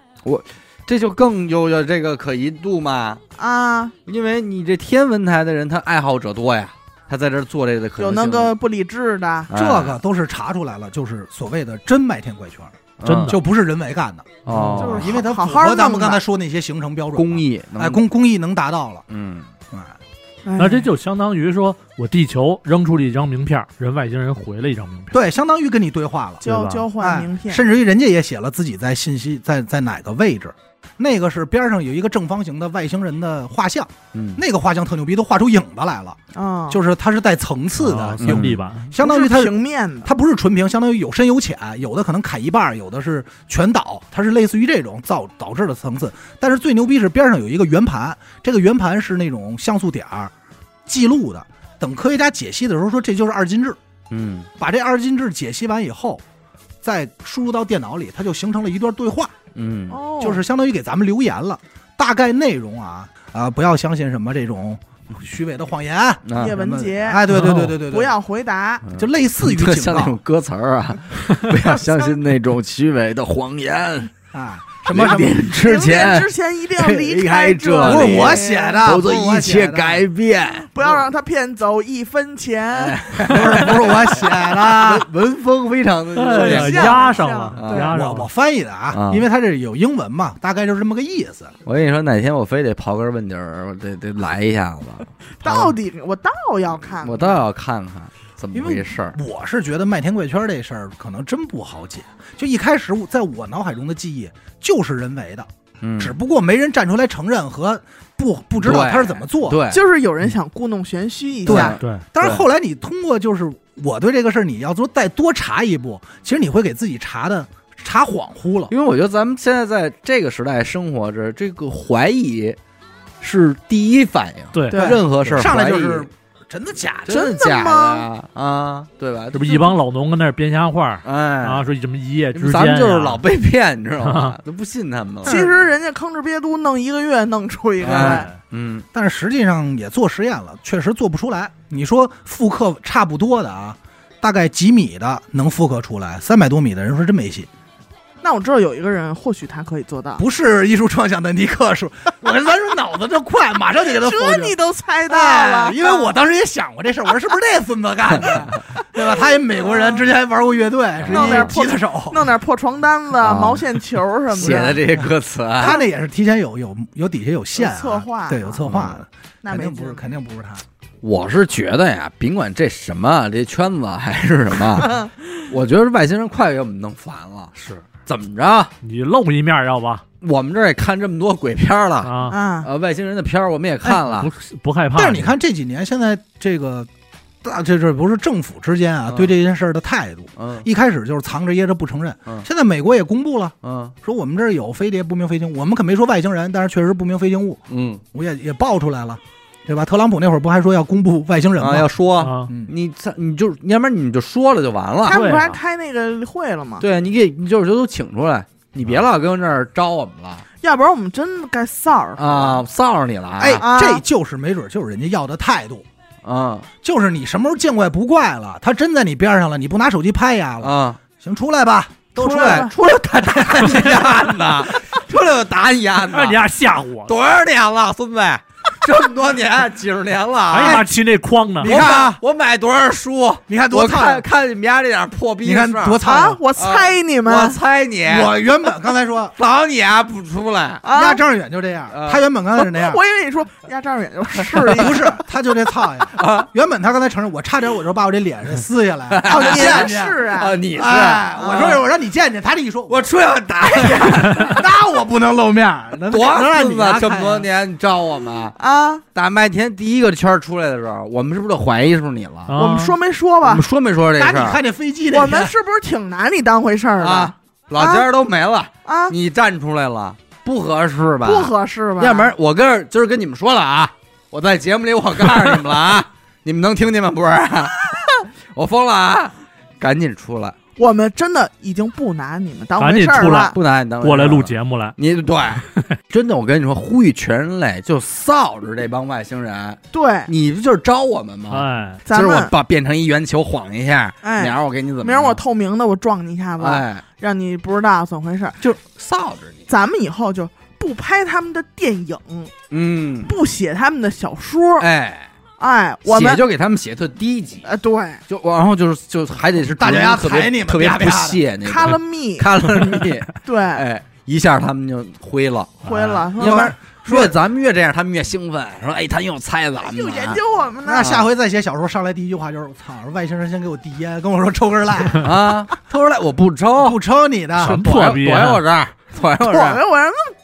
这就更有有这个可疑度嘛。
啊，
因为你这天文台的人，他爱好者多呀，他在这儿做这个的可
有
能性
那个不理智
啊
的，
哎
这个都是查出来了，就是所谓的真麦田怪圈，
真的
就不是人为干的，
哦，
就是
因为它
好
符
好
合
弄
咱们
的
刚才说那些形成标准嘛，
工艺，
哎工工艺能达到了，
嗯，
哎，
那
那这就相当于说我地球扔出了一张名片儿，人外星人回了一张名片儿。
对，相当于跟你对话了。
交
对吧
交换名
哎，
片，
甚至于人家也写了自己在信息在在哪个位置。那个是边上有一个正方形的外星人的画像，
嗯，
那个画像特牛逼，都画出影子来了，
啊，
就是它是带层次的，
啊
有
三 D 版，
相当于
不
它
是平面的，
它不是纯平，相当于有深有浅，有的可能砍一半，有的是全倒，它是类似于这种造导致的层次。但是最牛逼是边上有一个圆盘，这个圆盘是那种像素点儿记录的。等科学家解析的时候说这就是二进制，
嗯
把这二进制解析完以后，再输入到电脑里，它就形成了一段对话，
嗯
哦，
就是相当于给咱们留言了。大概内容啊啊、不要相信什么这种虚伪的谎言。
那
叶文洁
哎，对对对对对对，
不要回答，
嗯
就类似于
特
警
像那
告
种歌词儿啊，不要相信那种虚伪的谎言。
啊，什么什么
零点之
前
前，
之前一定要离
离开
这
这里
里，
不是我写的，
否则
不是我
一
写
切
的
改变。
不要让他骗走一分
哎
钱。
不是不是我写 的，
文风非常
哎
的
呀，
像
压上
像
了，
对
压
我
上
我
了。
翻译的啊
啊，
因为它这有英文嘛，大概就是这么个意思。
我跟你说，哪天我非得刨根问底儿，我得得来一下子，
到底我倒要看，
我倒要看看怎么
因为
回事儿。
我是觉得麦田怪圈这事儿可能真不好解，就一开始我在我脑海中的记忆就是人为的，
嗯，
只不过没人站出来承认和不不知道他是怎么做。，
对，
就是有人想故弄玄虚一
对
下，
对，
但是
对
后来你通过就是我对这个事儿，你要说再多查一步，其实你会给自己查的查恍惚了。
因为我觉得咱们现在在这个时代生活着，这个怀疑是第一反应。
对
对
任何事儿
上来就
怀疑
是真的假的，
真的
真的
假的
吗
呀？啊，对吧？
这不一帮啊老农跟那儿编瞎话儿，然
哎
后，说这么一夜之间呀，
咱们就是老被骗，你知道 吗？都不信他们了。
其实人家吭哧瘪肚弄一个月弄出一个来，
哎嗯
但是实际上也做实验了，确实做不出来。你说复刻差不多的啊，大概几米的能复刻出来，三百多米的人说真没戏，
那我知道有一个人，或许他可以做
啊
到。
不是艺术创想的尼 克数。我跟咱说脑子这快，马上就给他复
这
刻。
你都猜到
哎
了，
因为我当时也想过这事儿，我说是不是这孙子 干的，对吧？他也美国人，之前还玩过乐队，是
弄
一
点
吉他手。
弄点破床单子、
啊
毛线球什么的，
写的这些歌词啊，
他那也是提前有有有底下有线、啊、
有策划
对，有策划的，
那
肯
没
定
劲
不是，肯定不是他。
我是觉得呀，甭管这什么啊这圈子还是什么，啊我觉得外星人快给我们弄烦了。
是
怎么着？啊
你露一面儿要吧？
我们这儿也看这么多鬼片了，
啊，哎
啊。
呃，外星人的片儿我们也看了
不。不害怕。
但是你看这几年现在这个大这这不是政府之间啊
嗯
对这件事儿的态度，
嗯
一开始就是藏着掖着不承认
嗯，
现在美国也公布了，
嗯
说我们这儿有飞碟不明飞行物，我们可没说外星人，但是确实不明飞行物，
嗯，
我也也爆出来了，对吧？特朗普那会儿不还说要公布外星人吗？
啊，要说
啊，
嗯，
你这你就，要不然你就说了就完了。
他们不
对
还
啊
开那个会了吗？
对你给你就是都请出来，你别老跟这儿招我们了
要不然我们真该臊儿他
啊，
了。
臊着你了啊！
哎，
啊
这就是没准就是人家要的态度。
啊
就是你什么时候见怪不怪了，他真在你边上了，你不拿手机拍呀了，
啊，
行，出来吧，都
出
出
来吧
出来打
打 你案子，出来就打你案子
哎让，你丫吓唬我！
多少年了，孙子，这么多年，几十年了 啊，
哎呀妈，骑那筐呢
我
你？看啊
我买多少书，
你看多
我
操
看看你们家这点破逼
你看
事儿
多操
啊！我猜你们
啊我猜你，
我原本刚才说
早你啊不出来，
压
啊！
张远就这样，
啊
他原本刚开始那样，
我以为你说压张远就是
是不是？他就这 操呀！
啊
原本他刚才承认，我差点我就把我这脸这撕下来，
哦，
让
你
见见。
是啊
啊，你是
哎，我说我让你见见，他这一说，
我出来就打你，
那我不能露面，能
多
能让
孙
你
子
拿看
这么多
呀
年，你招我们。
啊！
打麦田第一个圈儿出来的时候，我们是不是就怀疑是不是你了？
啊
我们说没说
我
吧
们？说没说这
打
事
你
儿
看这飞机那
我
天
们是不是挺拿你当回事儿的
啊？老家都没了，
啊？
你站出来了，不合适吧？
不合适吧？
要不然我跟这今儿跟你们说了 啊，我在节目里我告诉你们了 啊，你们能听见吗？ 不是，我疯了啊！赶紧出来，
我们真的已经不拿你们当
赶
回
紧
事儿
出来
了。
不拿你当
过来录
节。
节目来，
你对， 真的，我跟你说，呼吁全人类就扫着这帮外星人，
对，
你不就是招我们吗？
哎，
今
咱
儿我
们
把变成一圆球晃一下，
哎
明儿我给你怎么着？
明儿我透明的，我撞你一下子，
哎，
让你不知道怎么回事儿。
就扫着你，
咱们以后就不拍他们的电影，
嗯，
不写他们的小说，
哎，
哎，我
写
们
就给他们哎写特低级，
呃对，
就然后就是就还得是
大脚丫
特别
踩你们
特别
啪
不
啪的
屑那
卡
种，
了密，
卡了 你，
对，
哎，一下他们就灰了。
回了，
要不然
说
说咱们越这样，他们越兴奋，说哎，他又猜咱们
嗯
啊
又
了
研究我们呢
那，下回再写小说，上来第一句话就是：“我操，外星人先给我递烟，跟我说抽根赖，
啊，偷出来我不抽，
不抽你
什
的。
么
躲
破
在
逼
躲
啊
在我这儿，躲在
我
我这儿，
们我人那么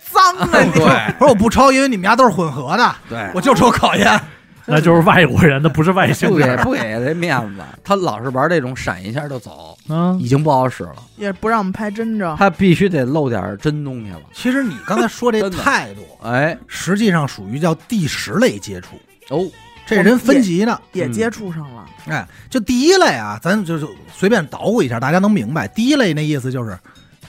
脏啊，你
对
我说我不抽，因为你们家都是混合的，
对，
我就抽烤烟。
那就是外国人，那不是外
不
星
给
人。
不给这面子，他老是玩这种闪一下就走，
嗯，
已经不好使了，
也不让我们拍真正，
他必须得露点真东西了。
其实你刚才说这
真的
态度，
哎，
实际上属于叫第十类接触，
哦，
这人分级呢。
也
嗯
接触上了，
哎，就第一类啊，咱就就随便捣鼓一下，大家能明白。第一类那意思就是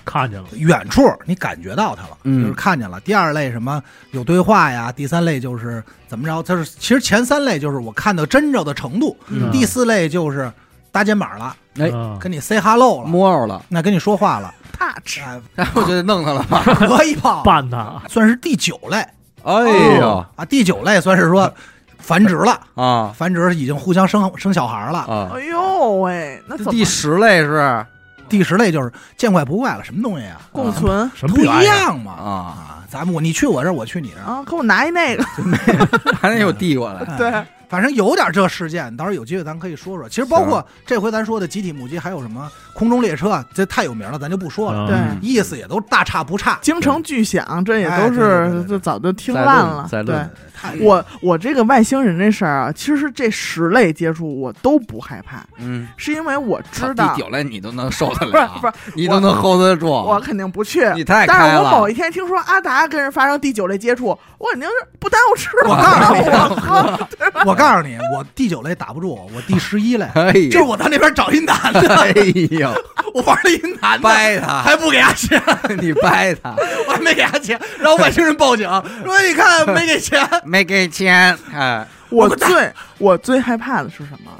看见了，
远处你感觉到他了，
嗯
就是看见了。第二类什么有对话呀，第三类就是怎么着，就是其实前三类就是我看到真着的程度，
嗯
第四类就是搭肩膀了，
哎
嗯
跟你 say hello 了，
摸着了，
那跟你说 话了，
touch，
哎，
然后就得弄他了 吧？
可以 吧？
办他，
算是第九类
哎呦
啊，第九类算是说繁殖了，
啊
繁殖已经互相生生小孩了。
啊！
哦哎呦喂，那怎么
第十类是
第十类就是见怪不怪了，什么东西啊？
共存
什么
不
逼玩
一
意儿？
样嘛
啊，
啊！咱们我你去我这儿，我去你这儿，
啊？给我拿一那个，
还得又递过来，
哎
对，
反正有点这事件，到时候有机会咱可以说说。其实包括这回咱说的集体母鸡，还有什么空中列车，这太有名了，咱就不说了，
嗯
对
意思也都大差不差。
京城巨响，这也
哎
都
对对对
是
对
就早就听
再
烂
论
了，
再
对
论。
太
我我这个外星人这事儿啊，其实这十类接触我都不害怕，
嗯，
是因为我知
操
道
第，九类你都能受得
不是
了，
不是，
你都能 hold 得住，
我肯定不去。
啊你太
但
开
是我某
了，
一。天听说阿达跟人发生第九类接触，我肯定是不耽误吃
我
了，
告诉你
我喝，
我告诉你，我第九类打不住，我第十一类
哎
就是
呦，
我到那边找一男的，
哎 呦，
我玩了一男的，
掰他，
还不给他钱，
你掰他，
我还没给他钱，然后外星人报警说你看没给钱，
没给钱，哎，
我最我最害怕的是什么？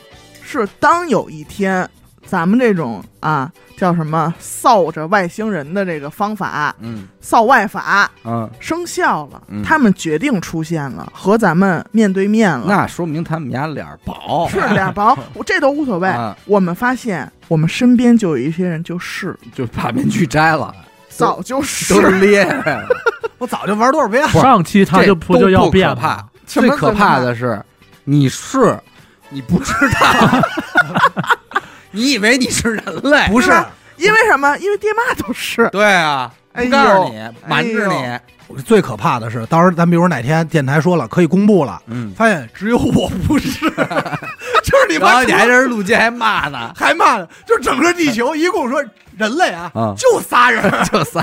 是当有一天咱们这种啊叫什么扫着外星人的这个方法
嗯
扫外法
嗯，
生效了，
嗯
他们决定出现了，和咱们面对面了。
那说明他们家脸儿薄，
是俩薄，我这都无所谓
啊。
我们发现，我们身边就有一些人就是
就把面具摘了，
早就
都
是
是裂开了。
我早就玩多少遍了。
上期他
这都
就不就要变
可怕
吗？，
什
最
么
可怕的是你是你不知道， 你以为你哎是人类？
不是，
因为什么？因为爹妈 都是。
对啊，
哎
不
呦哎
告诉你，瞒着你。
最可怕的是，到时候咱比如哪天电台说了可以公布了，
嗯，
发现只有我不 是，就是你
然
妈，
后你还在这录节还骂呢
还骂呢，就是整个地球一共说人类啊，
啊
就仨人，
就仨，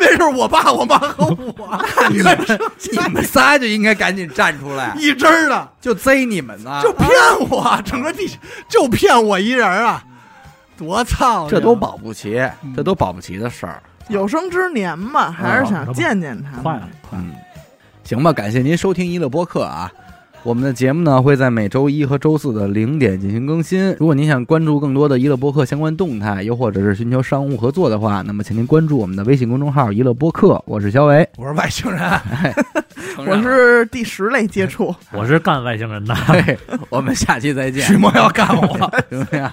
那是我爸、我妈和我，你
你们仨就应该赶紧站出 来，
一支儿的，
就贼你们呢。
就骗我，整个地球就骗我一人啊，多操！啊
这都保不齐，这都保不齐的事儿。
有生之年嘛，还是想见见他
哦快
们。
了，快了，
嗯，行吧，感谢您收听一乐播客啊。我们的节目呢会在每周一和周四的零点进行更新。如果您想关注更多的一乐播客相关动态，又或者是寻求商务合作的话，那么请您关注我们的微信公众号“一乐播客”。我是肖伟，
我是外 星人，
哎
我是第十类接触，
我是干外星人的。
嘿，我们下期再见
许。墨要干我。
行呀